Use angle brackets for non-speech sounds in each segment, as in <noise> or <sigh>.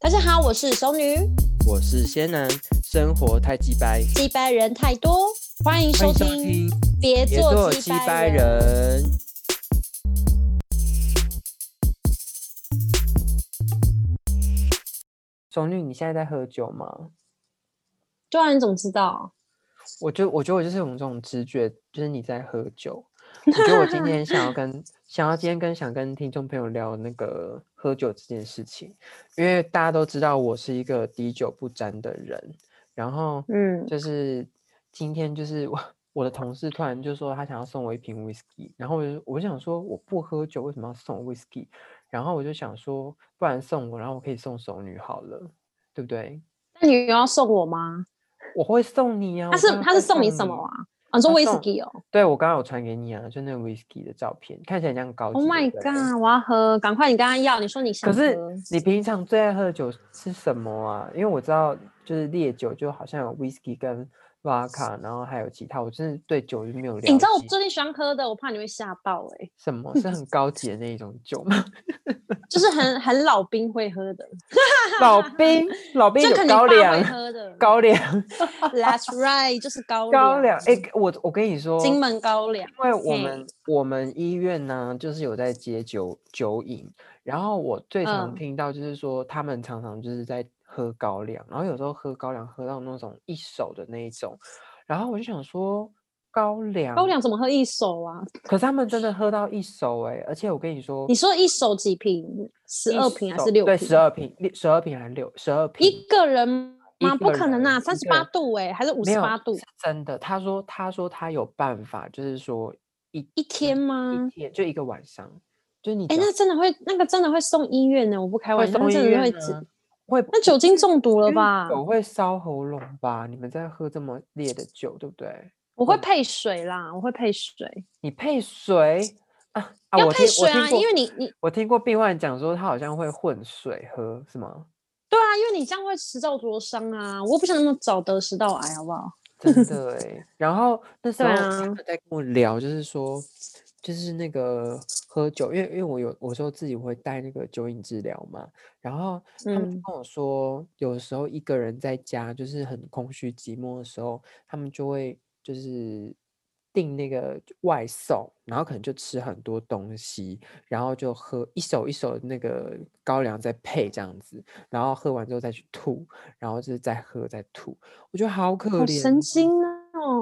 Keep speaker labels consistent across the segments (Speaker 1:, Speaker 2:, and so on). Speaker 1: 大家好，我是熟女，
Speaker 2: 我是仙男，生活太鸡掰，
Speaker 1: 击败人太多，欢迎
Speaker 2: 欢
Speaker 1: 收
Speaker 2: 迎收
Speaker 1: 听，
Speaker 2: 听，
Speaker 1: 别
Speaker 2: 别
Speaker 1: 做
Speaker 2: 做
Speaker 1: 击
Speaker 2: 鸡
Speaker 1: 败
Speaker 2: 掰
Speaker 1: 人。
Speaker 2: 人。熟女，你现在在喝酒吗？
Speaker 1: 对啊，你怎么知道？
Speaker 2: 我觉得，我觉得我就是有这种直觉，就是你在喝酒。我觉得我今天想
Speaker 1: <laughs>
Speaker 2: 要跟想要今天跟想跟听众朋友聊那个喝酒这件事情，因为大家都知道我是一个滴酒不沾的人，然后
Speaker 1: 嗯，
Speaker 2: 就是今天就是我 <laughs> 我的同事突然就说他想要送我一瓶 whisky，然后我就我就想说我不喝酒为什么要送我 whisky？然后我就想说不然送我，然后我可以送熟女好了，对不对？
Speaker 1: 那你有要送我吗？
Speaker 2: 我会送你啊。
Speaker 1: 他
Speaker 2: 我
Speaker 1: 是
Speaker 2: 当然
Speaker 1: 他
Speaker 2: 会
Speaker 1: 是送你什么啊？啊，你说
Speaker 2: 他
Speaker 1: 威士
Speaker 2: 送
Speaker 1: 忌哦
Speaker 2: 对，我刚刚有传给你啊，就那个 whisky 的照片，看起来像高级。
Speaker 1: ？Oh my
Speaker 2: 对不对
Speaker 1: god！我要喝，赶快你刚刚要，你说你想
Speaker 2: 可
Speaker 1: 喝，
Speaker 2: 是你平常最爱喝的酒是什么啊？因为我知道，就是烈酒，就好像有 whisky 跟 vodka，然后还有其他，我真的对酒就没有了解。
Speaker 1: 欸你知道我最近喜欢喝的，我怕你会吓到哎、
Speaker 2: 什么是很高级的那一种酒吗？ <laughs>
Speaker 1: 就是很 <laughs> 很老兵会喝的，
Speaker 2: 老兵，老兵
Speaker 1: 就
Speaker 2: 有
Speaker 1: 可能
Speaker 2: 高
Speaker 1: 你爸会
Speaker 2: 粱，
Speaker 1: 喝的。
Speaker 2: <laughs> 高粱，
Speaker 1: That's right，就是高
Speaker 2: 高粱。哎、我我嗯跟你说，
Speaker 1: 金门高粱。
Speaker 2: 因为我
Speaker 1: 嘿
Speaker 2: 们我们医院呢，就是有在接酒酒瘾，然后我最常
Speaker 1: 嗯
Speaker 2: 听到就是说，他们常常就是在喝高粱，然后有时候喝高粱喝到那种一手的那一种，然后我就想说高粱，
Speaker 1: 高，粱怎么喝一手啊？
Speaker 2: 可是他们真的喝到一手哎、而且我跟你说
Speaker 1: 你，说一手几瓶？十
Speaker 2: 一
Speaker 1: 二瓶还
Speaker 2: 手
Speaker 1: 是六瓶？啊
Speaker 2: 对，十二瓶，十二瓶还是六十二瓶，
Speaker 1: 一个人
Speaker 2: 一
Speaker 1: 吗？不
Speaker 2: 个
Speaker 1: 可能啊，
Speaker 2: 人
Speaker 1: 三十
Speaker 2: 一个
Speaker 1: 八
Speaker 2: 人
Speaker 1: 度哎、还是五
Speaker 2: 没
Speaker 1: 十
Speaker 2: 有
Speaker 1: 八度
Speaker 2: 是？真的，他说他说他有办法，就是说一
Speaker 1: 一天吗
Speaker 2: 一？天就一个晚上，就是你
Speaker 1: 哎、
Speaker 2: 只要
Speaker 1: 那真的会，那个真的会送医院呢、欸我不开
Speaker 2: 会
Speaker 1: 玩笑，那
Speaker 2: 送医
Speaker 1: 真的会
Speaker 2: 院啊嗯
Speaker 1: 直。
Speaker 2: 呢？会
Speaker 1: 那酒精中毒了吧？
Speaker 2: 酒会烧喉咙吧？你们在喝这么烈的酒，对不对？
Speaker 1: 我会
Speaker 2: 会
Speaker 1: 配水啦，我会配水，
Speaker 2: 你配水啊啊！
Speaker 1: 要
Speaker 2: 我听
Speaker 1: 配水
Speaker 2: 我
Speaker 1: 啊，
Speaker 2: 听过
Speaker 1: 因为你你
Speaker 2: 我听过病患讲说，他好像会混水喝，是吗？
Speaker 1: 对啊，因为你这样会食道灼伤啊，我又不想那么早得食道癌，好不好？
Speaker 2: 真
Speaker 1: <laughs>
Speaker 2: 的哎、然后那时
Speaker 1: 对
Speaker 2: 候
Speaker 1: 啊
Speaker 2: 他们在跟我聊，就是说，就是那个喝酒，因为因为我有我说自己会带那个酒瘾治疗嘛，然后他们就
Speaker 1: 嗯
Speaker 2: 跟我说，有时候一个人在家就是很空虚寂寞的时候，他们就会就是订那个外送，然后可能就吃很多东西，然后就喝一手一手那个高粱再配这样子，然后喝完之后再去吐，然后就是再喝再吐，我觉得好可
Speaker 1: 好
Speaker 2: 怜哦，
Speaker 1: 神经
Speaker 2: 不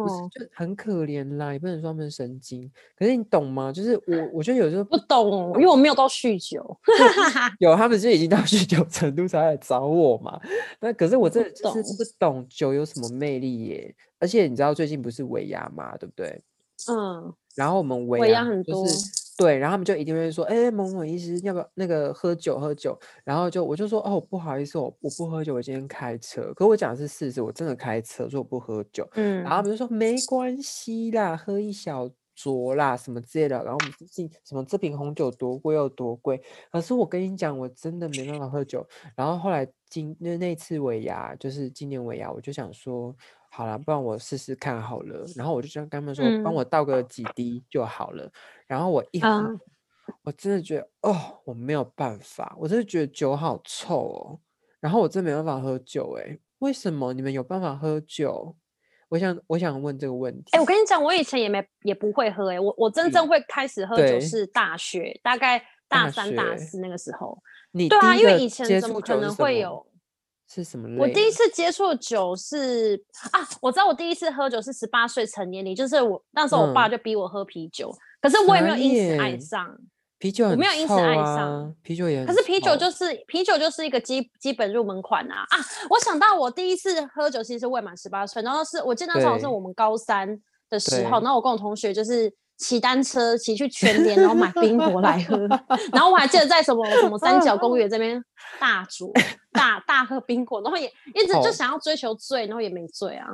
Speaker 2: 是
Speaker 1: 哦，
Speaker 2: 就很可怜啦，也不能说他们神经，可是你懂吗？就是我，我觉得有时候
Speaker 1: 不懂，因为我没有到酗酒，
Speaker 2: 有，他们就已经到酗酒程度才来找我嘛。那可是我真的就是
Speaker 1: 懂
Speaker 2: 不懂酒有什么魅力耶。而且你知道最近不是尾牙嘛，对不对？
Speaker 1: 嗯，
Speaker 2: 然后我们
Speaker 1: 尾
Speaker 2: 尾
Speaker 1: 牙很
Speaker 2: 就是
Speaker 1: 多
Speaker 2: 对，然后他们就一定会说，哎、某某医师，要不要那个喝酒喝酒？然后就我就说，哦，不好意思，我我不喝酒，我今天开车。可我讲的是事实，我真的开车，所以我不喝酒。
Speaker 1: 嗯，
Speaker 2: 然后他们就说没关系啦，喝一小酌啦，什么之类的。然后我们最近什么这瓶红酒多贵又多贵，可是我跟你讲，我真的没办法喝酒。然后后来今那那次尾牙，就是今年尾牙，我就想说，好啦，不然我试试看好了。然后我就这样跟他们说，帮
Speaker 1: 嗯
Speaker 2: 我倒个几滴就好了。然后我一喝，
Speaker 1: 啊
Speaker 2: 我真的觉得哦，我没有办法，我真的觉得酒好臭哦。然后我真没办法喝酒、欸，诶，为什么你们有办法喝酒？我想我想问这个问题。
Speaker 1: 哎、我跟你讲，我以前也没也不会喝、哎，我我真正
Speaker 2: 嗯
Speaker 1: 会开始喝酒
Speaker 2: 对
Speaker 1: 是大学，大概大
Speaker 2: 大
Speaker 1: 三、大
Speaker 2: 学
Speaker 1: 四那个时候。
Speaker 2: 你
Speaker 1: 对啊，
Speaker 2: 第一
Speaker 1: 因为
Speaker 2: 个
Speaker 1: 以前
Speaker 2: 接
Speaker 1: 怎
Speaker 2: 触
Speaker 1: 么可
Speaker 2: 酒是
Speaker 1: 能
Speaker 2: 什
Speaker 1: 会
Speaker 2: 么
Speaker 1: 有？
Speaker 2: 是什么类的？
Speaker 1: 我第一次接触酒是啊，我知道我第一次喝酒是十八岁成年礼，就是我那时候我爸
Speaker 2: 嗯
Speaker 1: 就逼我喝啤酒，可是我也没有
Speaker 2: 傻
Speaker 1: 因此爱
Speaker 2: 眼
Speaker 1: 上。
Speaker 2: 啤酒
Speaker 1: 我
Speaker 2: 很
Speaker 1: 没有因此
Speaker 2: 臭
Speaker 1: 爱
Speaker 2: 啊
Speaker 1: 上，
Speaker 2: 啤酒也很
Speaker 1: 可
Speaker 2: 臭。
Speaker 1: 是啤酒就是啤酒就是一个基基本入门款啊啊！我想到我第一次喝酒其实是未满十八岁，然后是我记得那时候是
Speaker 2: 对
Speaker 1: 我们高三的时候，
Speaker 2: 对
Speaker 1: 然后我跟我同学就是骑单车骑去全联，然后买冰果来喝， <laughs> 然后我还记得在什么什么三角
Speaker 2: 嗯
Speaker 1: 公园这边大酌大大喝冰果，然后也一直就
Speaker 2: 哦
Speaker 1: 想要追求醉，然后也没醉啊。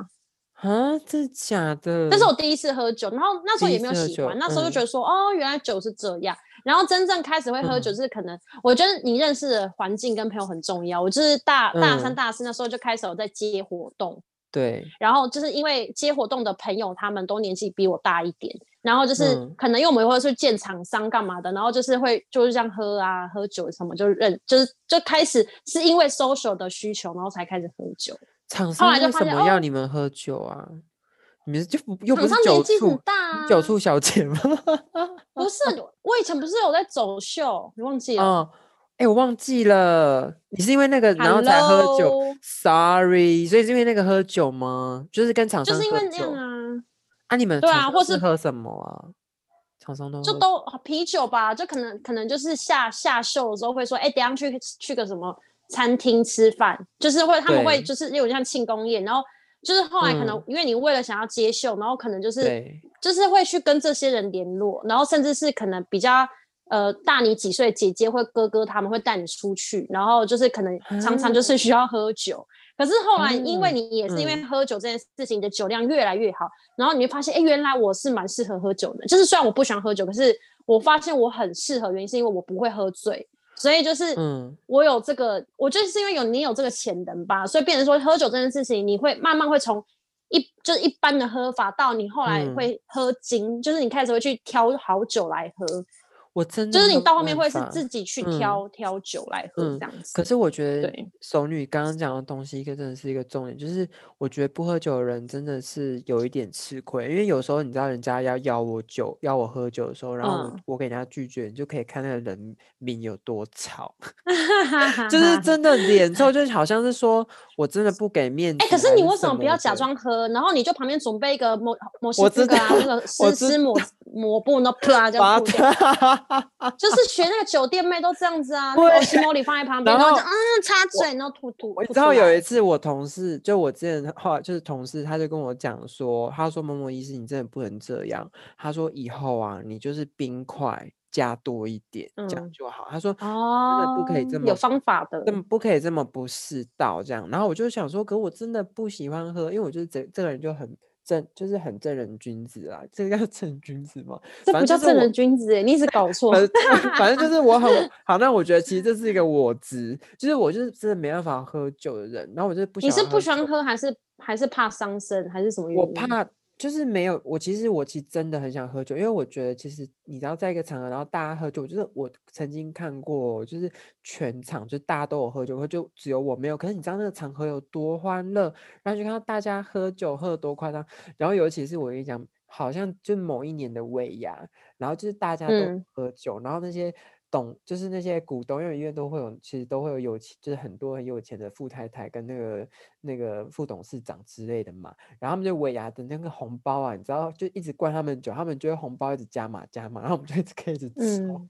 Speaker 2: 啊，真的假的？
Speaker 1: 这是我第一次喝酒，然后那时候
Speaker 2: 嗯第
Speaker 1: 也
Speaker 2: 一
Speaker 1: 没有
Speaker 2: 次喝
Speaker 1: 喜欢，
Speaker 2: 酒
Speaker 1: 那时候就
Speaker 2: 嗯
Speaker 1: 觉得说，哦，原来酒是这样。然后真正开始会喝酒，
Speaker 2: 嗯
Speaker 1: 是可能、我觉得你认识的环境跟朋友很重要。我就是大大三、
Speaker 2: 嗯
Speaker 1: 大四那时候就开始有在接活动，
Speaker 2: 对
Speaker 1: 然后就是因为接活动的朋友他们都年纪比我大一点，然后就是、
Speaker 2: 嗯
Speaker 1: 可能因为我们会去见厂商干嘛的，然后就是会就是这样喝啊，喝酒什么就认就是就开始是因为 social 的需求，然后才开始喝酒。
Speaker 2: 厂
Speaker 1: 后
Speaker 2: 商
Speaker 1: 来就
Speaker 2: 为
Speaker 1: 发
Speaker 2: 什
Speaker 1: 现
Speaker 2: 么
Speaker 1: 哦
Speaker 2: 要你们喝酒啊？你们就不又不
Speaker 1: 厂
Speaker 2: 是
Speaker 1: 商
Speaker 2: 酒
Speaker 1: 年纪很
Speaker 2: 醋
Speaker 1: 大、啊，
Speaker 2: 酒醋小姐吗？
Speaker 1: 不是我以前不是有在走秀，你忘记了？
Speaker 2: 哦，哎，我忘记了，你是因为那个然后才喝酒
Speaker 1: Hello
Speaker 2: ？Sorry，所以是因为那个喝酒吗？就是跟厂
Speaker 1: 就
Speaker 2: 商
Speaker 1: 是因
Speaker 2: 嗯喝
Speaker 1: 为那样
Speaker 2: 酒
Speaker 1: 啊，
Speaker 2: 啊？你们
Speaker 1: 对
Speaker 2: 厂
Speaker 1: 啊
Speaker 2: 商
Speaker 1: 或
Speaker 2: 是
Speaker 1: 是
Speaker 2: 喝什么啊？厂商都
Speaker 1: 就
Speaker 2: 喝
Speaker 1: 都啤酒吧，就可能可能就是下下秀的时候会说，哎、等一下去去个什么餐厅吃饭，就是会他们会
Speaker 2: 对
Speaker 1: 就是有点像庆功宴，然后就是后来可能、
Speaker 2: 嗯
Speaker 1: 因为你为了想要接秀，然后可能就是
Speaker 2: 对
Speaker 1: 就是会去跟这些人联络，然后甚至是可能比较。呃，大你几岁，姐姐或哥哥他们会带你出去，然后就是可能常常就是需要喝酒，可是后来，因为
Speaker 2: 啊嗯
Speaker 1: 你也是因为
Speaker 2: 嗯
Speaker 1: 喝酒这件事情，你的酒量越来越好，然后你会发现，哎、原来我是蛮适合喝酒的。就是虽然我不喜欢喝酒，可是我发现我很适合，原因是因为我不会喝醉，所以就是
Speaker 2: 嗯
Speaker 1: 我有这个，我觉得是因为有你有这个潜能吧，所以变成说喝酒这件事情，你会慢慢会从一就是一般的喝法，到你后来
Speaker 2: 嗯
Speaker 1: 会喝精，就是你开始会去挑好酒来喝，
Speaker 2: 我真的
Speaker 1: 就是
Speaker 2: 嗯没
Speaker 1: 你
Speaker 2: 有
Speaker 1: 到后面
Speaker 2: 办
Speaker 1: 会是
Speaker 2: 法
Speaker 1: 自己去
Speaker 2: 嗯
Speaker 1: 挑、挑酒来喝
Speaker 2: 嗯
Speaker 1: 这样子。 <laughs>
Speaker 2: 可是我觉得
Speaker 1: 对
Speaker 2: 熟女刚刚讲的东西，一个真的是一个重点，就是我觉得不喝酒的人真的是有一点吃亏，因为有时候你知道人家要邀我酒，要我喝酒的时候，然后我、
Speaker 1: 嗯
Speaker 2: 我给人家拒绝，你就可以看那个人名有多吵，
Speaker 1: 啊
Speaker 2: 就是真的脸臭，就是好像是说我真的不给面子。
Speaker 1: 哎、可是
Speaker 2: 还
Speaker 1: 你为什
Speaker 2: 什
Speaker 1: 么不要假
Speaker 2: 的？ <laughs>
Speaker 1: 装喝，然后你就旁边准备一个摩摩西
Speaker 2: 我
Speaker 1: 这
Speaker 2: 知
Speaker 1: 个啊，
Speaker 2: 道
Speaker 1: 那个
Speaker 2: 我
Speaker 1: 湿
Speaker 2: 知
Speaker 1: 湿抹抹布，然后啪这
Speaker 2: 把
Speaker 1: 样吐掉，
Speaker 2: 他
Speaker 1: 就是学那个酒店妹都这样子啊，那个
Speaker 2: 对
Speaker 1: 欧西莫里放在旁边，
Speaker 2: 然
Speaker 1: 然后就
Speaker 2: 后
Speaker 1: 嗯擦嘴，然后吐吐。
Speaker 2: 我
Speaker 1: 吐出
Speaker 2: 知道有
Speaker 1: 来
Speaker 2: 一次，我同事就我之前后来就是同事，他就跟我讲说，他说某某医师，你真的不能这样。他说以后啊，你就是冰块加多一点，这样
Speaker 1: 嗯
Speaker 2: 就好。他说真的
Speaker 1: 哦
Speaker 2: 不可以这，么
Speaker 1: 有方法的
Speaker 2: 这，么不可以这么不世道这样。然后我就想说，可我真的不喜欢喝，因为我就是这这个人就很正，就是很正人君子啊。这个叫正君子吗？
Speaker 1: 这
Speaker 2: 反
Speaker 1: 不叫
Speaker 2: 正就是
Speaker 1: 正
Speaker 2: 我呃
Speaker 1: 人君子耶，欸你一直搞错
Speaker 2: 反。正反正就是
Speaker 1: <laughs>
Speaker 2: 我很好，那我觉得其实这是一个我值，就是我就是真的没办法喝酒的人，然后我就不
Speaker 1: 你
Speaker 2: 想
Speaker 1: 是
Speaker 2: 要
Speaker 1: 不喜
Speaker 2: 酒
Speaker 1: 欢喝，还是还是怕伤身，还是什么原因？
Speaker 2: 我怕就是没有，我其实我其实真的很想喝酒，因为我觉得其实你知道，在一个场合，然后大家喝酒，就是我曾经看过，就是全场就大家都有喝酒，可就只有我没有。可是你知道那个场合有多欢乐，然后就看到大家喝酒喝得多夸张，然后尤其是我跟你讲，好像就某一年的尾牙，然后就是大家都
Speaker 1: 嗯
Speaker 2: 喝酒，然后那些。懂就是那些股东，因为医院都会有，其实都会有有钱，就是很多很有钱的富太太跟那个那个副董事长之类的嘛。然后他们就尾牙的那个红包啊，你知道，就一直灌他们酒，他们就会红包一直加码加码，然后我们就一直可以一直抽，
Speaker 1: 嗯，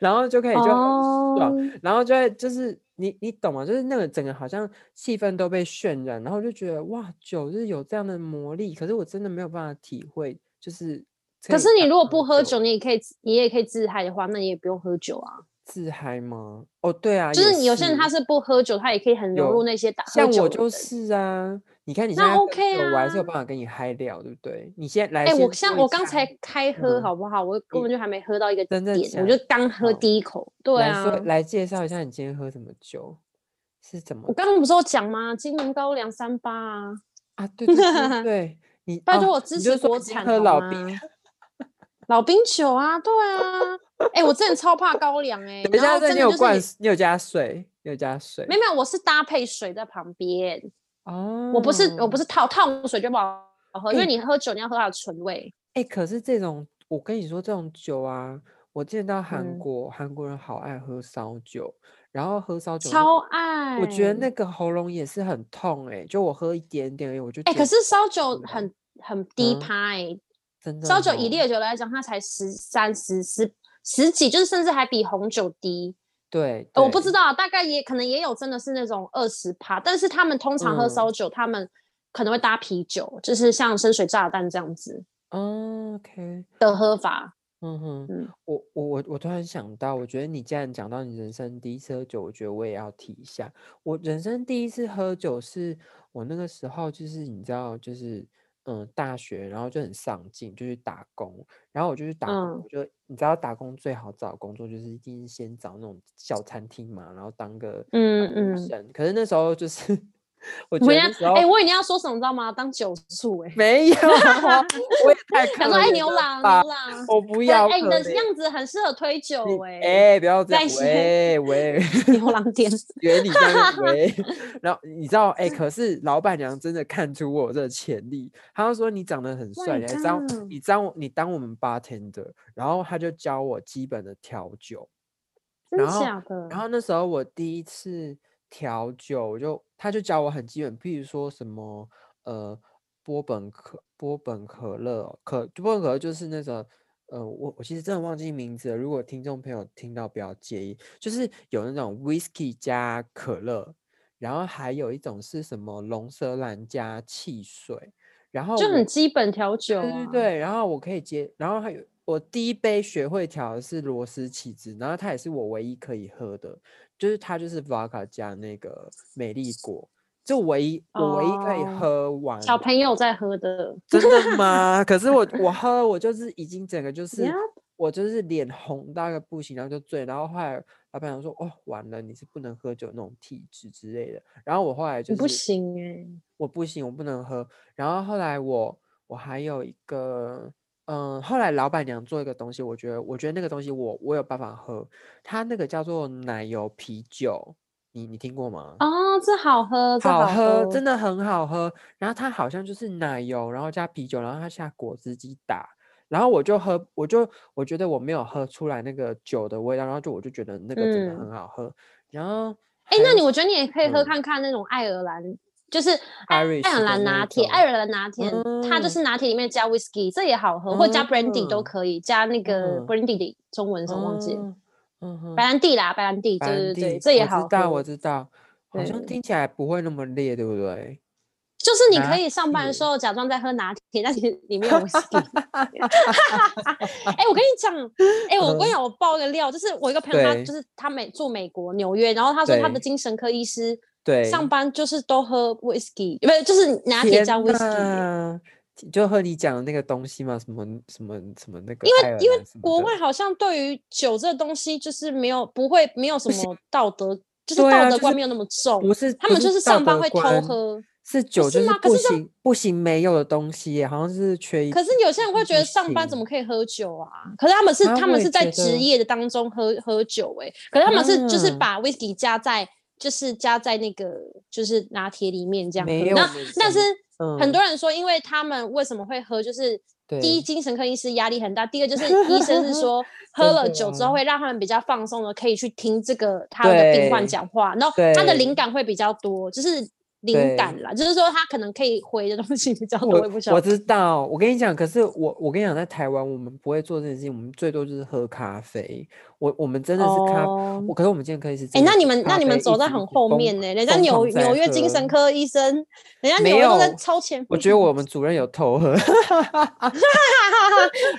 Speaker 2: 然后就可以就很啊爽，
Speaker 1: 哦
Speaker 2: 然后就会就是你你懂吗？就是那个整个好像气氛都被渲染，然后我就觉得哇，酒就是有这样的魔力，可是我真的没有办法体会，就是
Speaker 1: 可
Speaker 2: 以
Speaker 1: 是你
Speaker 2: 当
Speaker 1: 如果不喝
Speaker 2: 酒
Speaker 1: 酒，你也可以自，你也可以自嗨的话，那你也不用喝酒啊。
Speaker 2: 自嗨吗？哦，对啊，
Speaker 1: 就
Speaker 2: 也
Speaker 1: 是你有些人他
Speaker 2: 是
Speaker 1: 是不喝酒，他也可以很融
Speaker 2: 有
Speaker 1: 入那些打喝
Speaker 2: 像
Speaker 1: 酒
Speaker 2: 我
Speaker 1: 的
Speaker 2: 就
Speaker 1: 人
Speaker 2: 是啊，你看你现
Speaker 1: 那
Speaker 2: 在喝
Speaker 1: OK
Speaker 2: 酒我还是有
Speaker 1: 啊
Speaker 2: 办法跟你嗨聊，对不对？你先来
Speaker 1: 哎、
Speaker 2: 先
Speaker 1: 我
Speaker 2: 说
Speaker 1: 像
Speaker 2: 一
Speaker 1: 我刚
Speaker 2: 下
Speaker 1: 才开喝
Speaker 2: 嗯
Speaker 1: 好不好？我根
Speaker 2: 你
Speaker 1: 本就还没喝到一个
Speaker 2: 真的
Speaker 1: 点，我
Speaker 2: 假
Speaker 1: 就刚喝
Speaker 2: 好
Speaker 1: 第一口。对
Speaker 2: 来说
Speaker 1: 啊，
Speaker 2: 来介绍一下你今天喝什么酒，是怎么
Speaker 1: 我刚刚不是有讲吗？金门高粱三八啊，
Speaker 2: 啊？对对对对，你
Speaker 1: 拜托
Speaker 2: 哦
Speaker 1: 我支
Speaker 2: 你就
Speaker 1: 持
Speaker 2: 说
Speaker 1: 国
Speaker 2: 你今
Speaker 1: 产
Speaker 2: 天喝
Speaker 1: 好
Speaker 2: 老
Speaker 1: 吗
Speaker 2: 冰。
Speaker 1: 老冰酒啊，对啊。哎、我之前超怕高粱哎、
Speaker 2: <laughs> 等一
Speaker 1: 然
Speaker 2: 下，
Speaker 1: 后
Speaker 2: 这
Speaker 1: 真
Speaker 2: 你
Speaker 1: 的
Speaker 2: 有
Speaker 1: 就是
Speaker 2: 灌，你有加水，你有加水
Speaker 1: 没有没有，我是搭配水在旁边，
Speaker 2: 哦。
Speaker 1: 我不是我不是烫烫水就不好喝，因为
Speaker 2: 哎
Speaker 1: 你喝酒你要喝到醇味。
Speaker 2: 哎，可是这种我跟你说这种酒啊，我见到韩
Speaker 1: 嗯
Speaker 2: 国韩国人好爱喝烧酒，然后喝烧酒那
Speaker 1: 超
Speaker 2: 个，
Speaker 1: 爱。
Speaker 2: 我觉得那个喉咙也是很痛哎，就我喝一点点而已，我就
Speaker 1: 哎、
Speaker 2: 觉
Speaker 1: 可
Speaker 2: 得
Speaker 1: 是烧酒
Speaker 2: 了
Speaker 1: 很很低
Speaker 2: 嗯
Speaker 1: 趴欸
Speaker 2: 真的哦
Speaker 1: 烧酒以
Speaker 2: 吼
Speaker 1: 烈酒来讲，它才十三十十十几，就是甚至还比红酒低。
Speaker 2: 对，
Speaker 1: 呃我不
Speaker 2: 对
Speaker 1: 知道，大概也可能也有真的是那种二十趴，但是他们通常喝
Speaker 2: 嗯
Speaker 1: 烧酒，他们可能会搭啤酒，就是像深水炸弹这样子
Speaker 2: 哦，OK。
Speaker 1: 的喝法。
Speaker 2: 嗯哼，
Speaker 1: 嗯
Speaker 2: 我我我我突然想到，我觉得你既然讲到你人生第一次喝酒，我觉得我也要提一下。我人生第一次喝酒是我那个时候，就是你知道，就是嗯，大学，然后就很上进，就去打工，然后我就去打工，
Speaker 1: 嗯
Speaker 2: 我就你知道，打工最好找工作就是一定是先找那种小餐厅嘛，然后当个
Speaker 1: 嗯
Speaker 2: 服务
Speaker 1: 嗯，
Speaker 2: 生。可是那时候就是 <laughs> 我觉
Speaker 1: 我
Speaker 2: 得
Speaker 1: 跟
Speaker 2: 那
Speaker 1: 你
Speaker 2: 时
Speaker 1: 讲，
Speaker 2: 候
Speaker 1: 哎、我以为你要说什么，你知道吗？当酒醋、哎，
Speaker 2: 没有，啊 <laughs> 我也太可
Speaker 1: <laughs> 想说，哎、
Speaker 2: 怜
Speaker 1: 牛
Speaker 2: 了
Speaker 1: 郎，
Speaker 2: 吧
Speaker 1: 牛郎，
Speaker 2: 我不
Speaker 1: 不
Speaker 2: 要可
Speaker 1: 哎、
Speaker 2: 怜，
Speaker 1: 你的样子很适合推酒、
Speaker 2: 你哎
Speaker 1: 哎、
Speaker 2: 哎，不要这
Speaker 1: 在
Speaker 2: 样，
Speaker 1: 线
Speaker 2: 喂喂，
Speaker 1: 牛郎
Speaker 2: <laughs>
Speaker 1: 店，
Speaker 2: 原理上面为，然后你知道，哎、可是老板娘真的看出我这个潜力，她就说你长得很帅，
Speaker 1: My
Speaker 2: 你来当
Speaker 1: God
Speaker 2: 你当你当我们 bartender，然后她就教我基本的调酒，
Speaker 1: 真
Speaker 2: 然后
Speaker 1: 假的？
Speaker 2: 然后那时候我第一次调酒，我就她就教我很基本，譬如说什么呃波本可波本可乐可波本可乐就是那种。呃，我我其实真的忘记名字了。如果听众朋友听到，不要介意。就是有那种 whisky 加可乐，然后还有一种是什么龙舌兰加汽水，然后
Speaker 1: 就
Speaker 2: 我
Speaker 1: 很基本调酒、啊，
Speaker 2: 对对对，然后我可以接，然后还有我第一杯学会调的是螺丝起子，然后它也是我唯一可以喝的，就是它就是 vodka 加那个美丽果，就唯一我唯一可以
Speaker 1: 哦
Speaker 2: 喝完。
Speaker 1: 小朋友在喝的，
Speaker 2: 真的吗？可是
Speaker 1: <laughs>
Speaker 2: 我我喝我就是已经整个就是。
Speaker 1: Yup
Speaker 2: 我就是脸红到一个不行，然后就醉，然后后来老板娘说：“哦，完了，你是不能喝酒那种体质之类的。”然后我后来就
Speaker 1: 你
Speaker 2: 是
Speaker 1: 不行、欸
Speaker 2: 我不行，我不能喝。然后后来我我还有一个，嗯，后来老板娘做一个东西，我觉得我觉得那个东西我我有办法喝，它那个叫做奶油啤酒，你你听过吗？
Speaker 1: 哎，哦，这好喝，这
Speaker 2: 嗯好
Speaker 1: 喝哦
Speaker 2: 喝，，真的很好喝。然后它好像就是奶油，然后加啤酒，然后它下果汁机打。然后我就喝，我就我觉得我没有喝出来那个酒的味道，然后就我就觉得那个真的
Speaker 1: 嗯
Speaker 2: 很好喝。然后
Speaker 1: 哎、
Speaker 2: 还
Speaker 1: 那
Speaker 2: 有
Speaker 1: 你我觉得你也可以喝
Speaker 2: 嗯
Speaker 1: 看看那种爱尔兰，就是爱
Speaker 2: Irish
Speaker 1: 爱尔
Speaker 2: 的
Speaker 1: 兰
Speaker 2: 那
Speaker 1: 拿
Speaker 2: 一
Speaker 1: 铁，
Speaker 2: 种
Speaker 1: 爱尔兰拿铁、它就
Speaker 2: 嗯
Speaker 1: 是拿铁里面加 whisky，这也好喝，或加 brandy 都
Speaker 2: 嗯
Speaker 1: 可以，加那个
Speaker 2: 嗯
Speaker 1: brandy 的中文什么忘记了，
Speaker 2: 嗯嗯哼
Speaker 1: 白兰地啦，白兰地，对对
Speaker 2: 班
Speaker 1: 对，
Speaker 2: 地，
Speaker 1: 这也
Speaker 2: 我
Speaker 1: 好
Speaker 2: 知道，
Speaker 1: 喝
Speaker 2: 我知道，好像
Speaker 1: 对
Speaker 2: 听起来不会那么烈，对不
Speaker 1: <laughs>
Speaker 2: 对？
Speaker 1: 就是你
Speaker 2: 拿
Speaker 1: 可以上班的时
Speaker 2: 铁
Speaker 1: 候假装在喝拿铁，
Speaker 2: <laughs>
Speaker 1: 但其实里面有 whisky。哎、我跟你讲，哎、我我跟你讲，我爆个料，就是我一个朋友，他
Speaker 2: 嗯对
Speaker 1: 就是他美住美国纽约，然后他说他的
Speaker 2: 对
Speaker 1: 精神科医师
Speaker 2: 对，
Speaker 1: 上班就是都喝 whisky，不是就是拿铁加 whisky。
Speaker 2: 呐，就和你讲的那个东西嘛，什么什么什么那个
Speaker 1: 因
Speaker 2: 爱
Speaker 1: 为
Speaker 2: 尔
Speaker 1: 因为
Speaker 2: 兰什么
Speaker 1: 国
Speaker 2: 的
Speaker 1: 外好像对于酒这东西就是没有不会没有什么道德，就是
Speaker 2: 对啊
Speaker 1: 道德
Speaker 2: 就
Speaker 1: 观
Speaker 2: 是
Speaker 1: 没有那么重，
Speaker 2: 不是
Speaker 1: 他
Speaker 2: 不
Speaker 1: 们就是是
Speaker 2: 道
Speaker 1: 上班
Speaker 2: 德
Speaker 1: 会偷
Speaker 2: 观
Speaker 1: 喝。
Speaker 2: 是酒就是是
Speaker 1: 吗可
Speaker 2: 不
Speaker 1: 是这
Speaker 2: 行不行没有的东西耶，好像是缺一。
Speaker 1: 可是有些人会觉得上班怎
Speaker 2: 么？
Speaker 1: 么可以喝酒啊？可是他们是、
Speaker 2: 啊
Speaker 1: 他
Speaker 2: 我
Speaker 1: 们
Speaker 2: 也
Speaker 1: 是在
Speaker 2: 觉
Speaker 1: 职
Speaker 2: 得
Speaker 1: 业的当中喝喝酒哎、可是他们是就是
Speaker 2: 啊
Speaker 1: 把 whisky 加在就是加在那个就是拿铁里面这样喝。
Speaker 2: 没有
Speaker 1: 那
Speaker 2: 没
Speaker 1: 但是
Speaker 2: 什么
Speaker 1: 很
Speaker 2: 嗯
Speaker 1: 多人说，因为他们为什么会喝，就是第一
Speaker 2: 对
Speaker 1: 精神科医师压力很大，第
Speaker 2: <laughs>
Speaker 1: 二就是医生是说喝
Speaker 2: 真
Speaker 1: 了
Speaker 2: 的
Speaker 1: 酒之后
Speaker 2: 啊
Speaker 1: 会让他们比较放松的，可以去听这个他的病患
Speaker 2: 对
Speaker 1: 讲话，然后他的灵
Speaker 2: 对
Speaker 1: 感会比较多，就是。灵感啦，就是说他可能可以回的东西比较多，也不
Speaker 2: 我
Speaker 1: 晓
Speaker 2: 我
Speaker 1: 得
Speaker 2: 知道，我跟你讲，可是我我跟你讲，在台湾我们不会做这件事情，我们最多就是喝咖啡。我我们真的是咖，
Speaker 1: 哦
Speaker 2: 我可是我们健康可以是
Speaker 1: 哎、
Speaker 2: 真的
Speaker 1: 那
Speaker 2: 是
Speaker 1: 你们那
Speaker 2: 咖
Speaker 1: 你们
Speaker 2: 啡
Speaker 1: 走
Speaker 2: 一
Speaker 1: 在
Speaker 2: 直
Speaker 1: 很
Speaker 2: 一直
Speaker 1: 后
Speaker 2: 疯
Speaker 1: 面呢、人家
Speaker 2: 疯
Speaker 1: 纽
Speaker 2: 狂在
Speaker 1: 纽约精神
Speaker 2: 喝
Speaker 1: 科医生，人家
Speaker 2: 没
Speaker 1: 纽约都在
Speaker 2: 有
Speaker 1: 超前。
Speaker 2: 我
Speaker 1: <laughs>
Speaker 2: 觉得我们主任有偷喝，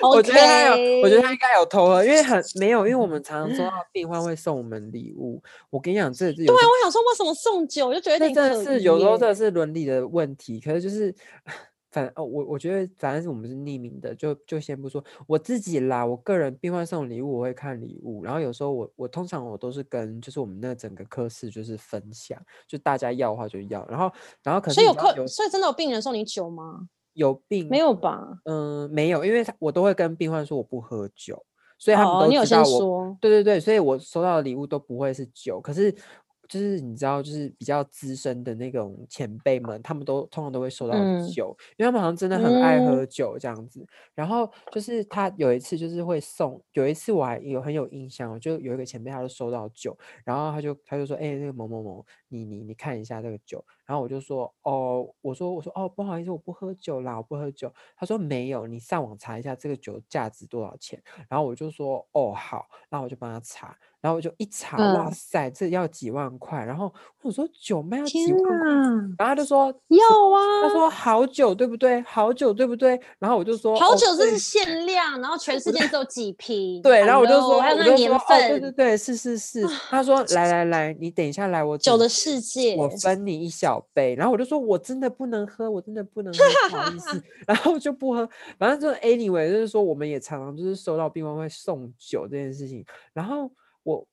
Speaker 2: 我觉得他有，我觉得他应该有偷喝，因为很没有，因为我们常
Speaker 1: <laughs>
Speaker 2: 常收到病患会送我们礼物。我跟你讲，这对
Speaker 1: 对啊，我想说为什么送酒，我就觉得
Speaker 2: 那
Speaker 1: 有点
Speaker 2: 真的
Speaker 1: 可
Speaker 2: 是
Speaker 1: 疑
Speaker 2: 有时候
Speaker 1: 耶
Speaker 2: 真的是伦理的问题，可是就是 <laughs> 反哦，我我觉得反正是我们是匿名的，就就先不说我自己啦，我个人病患送礼物我会看礼物，然后有时候我我通常我都是跟就是我们那整个科室就是分享，就大家要的话就要，然后然后可是
Speaker 1: 所以
Speaker 2: 你
Speaker 1: 有
Speaker 2: 知道
Speaker 1: 客，
Speaker 2: 有嗯
Speaker 1: 所以真的有病人送你酒吗？
Speaker 2: 有病
Speaker 1: 没有吧？
Speaker 2: 嗯、没有，因为他我都会跟病患说我不喝酒，所以他们
Speaker 1: 哦，
Speaker 2: 都
Speaker 1: 你有
Speaker 2: 知道
Speaker 1: 先
Speaker 2: 我
Speaker 1: 说，
Speaker 2: 对对对，所以我收到的礼物都不会是酒，可是就是你知道，就是比较资深的那种前辈们，他们都通常都会收到
Speaker 1: 嗯
Speaker 2: 酒，因为他们好像真的很爱
Speaker 1: 嗯
Speaker 2: 喝酒这样子。然后就是他有一次就是会送，有一次我还有很有印象哦，就有一个前辈他就收到酒，然后他就他就说，哎、那个某某某，你你你看一下这个酒。然后我就说，哦，我说我说哦，不好意思，我不喝酒啦，我不喝酒。他说没有，你上网查一下这个酒价值多少钱。然后我就说哦好，然后我就帮他查，然后我就一查，哇
Speaker 1: 嗯
Speaker 2: 塞，这要几万块。然后我说酒卖要
Speaker 1: 天
Speaker 2: 几万块，
Speaker 1: 哪，
Speaker 2: 然后他就说
Speaker 1: 要
Speaker 2: 什么他
Speaker 1: 啊！
Speaker 2: 说好酒对不对？好酒对不对？然后我就说
Speaker 1: 好
Speaker 2: 哦
Speaker 1: 酒这
Speaker 2: 对
Speaker 1: 是限量，然后全世界只有几瓶。
Speaker 2: <laughs> 对，然后我就
Speaker 1: Hello，
Speaker 2: 说，
Speaker 1: 还有
Speaker 2: 我
Speaker 1: 那
Speaker 2: 就
Speaker 1: 个
Speaker 2: 说，
Speaker 1: 年
Speaker 2: 哦，对对
Speaker 1: 份，啊
Speaker 2: 对，是是是。他说，来来来，你等一下来，我
Speaker 1: 酒
Speaker 2: 整
Speaker 1: 的世界。
Speaker 2: 我分你一小杯。然后我就说，我真的不能喝，我真的不能喝，不好意思。然后就不喝。反正就是 anyway，就是说，我们也常常就是收到病患会送酒这件事情。然后我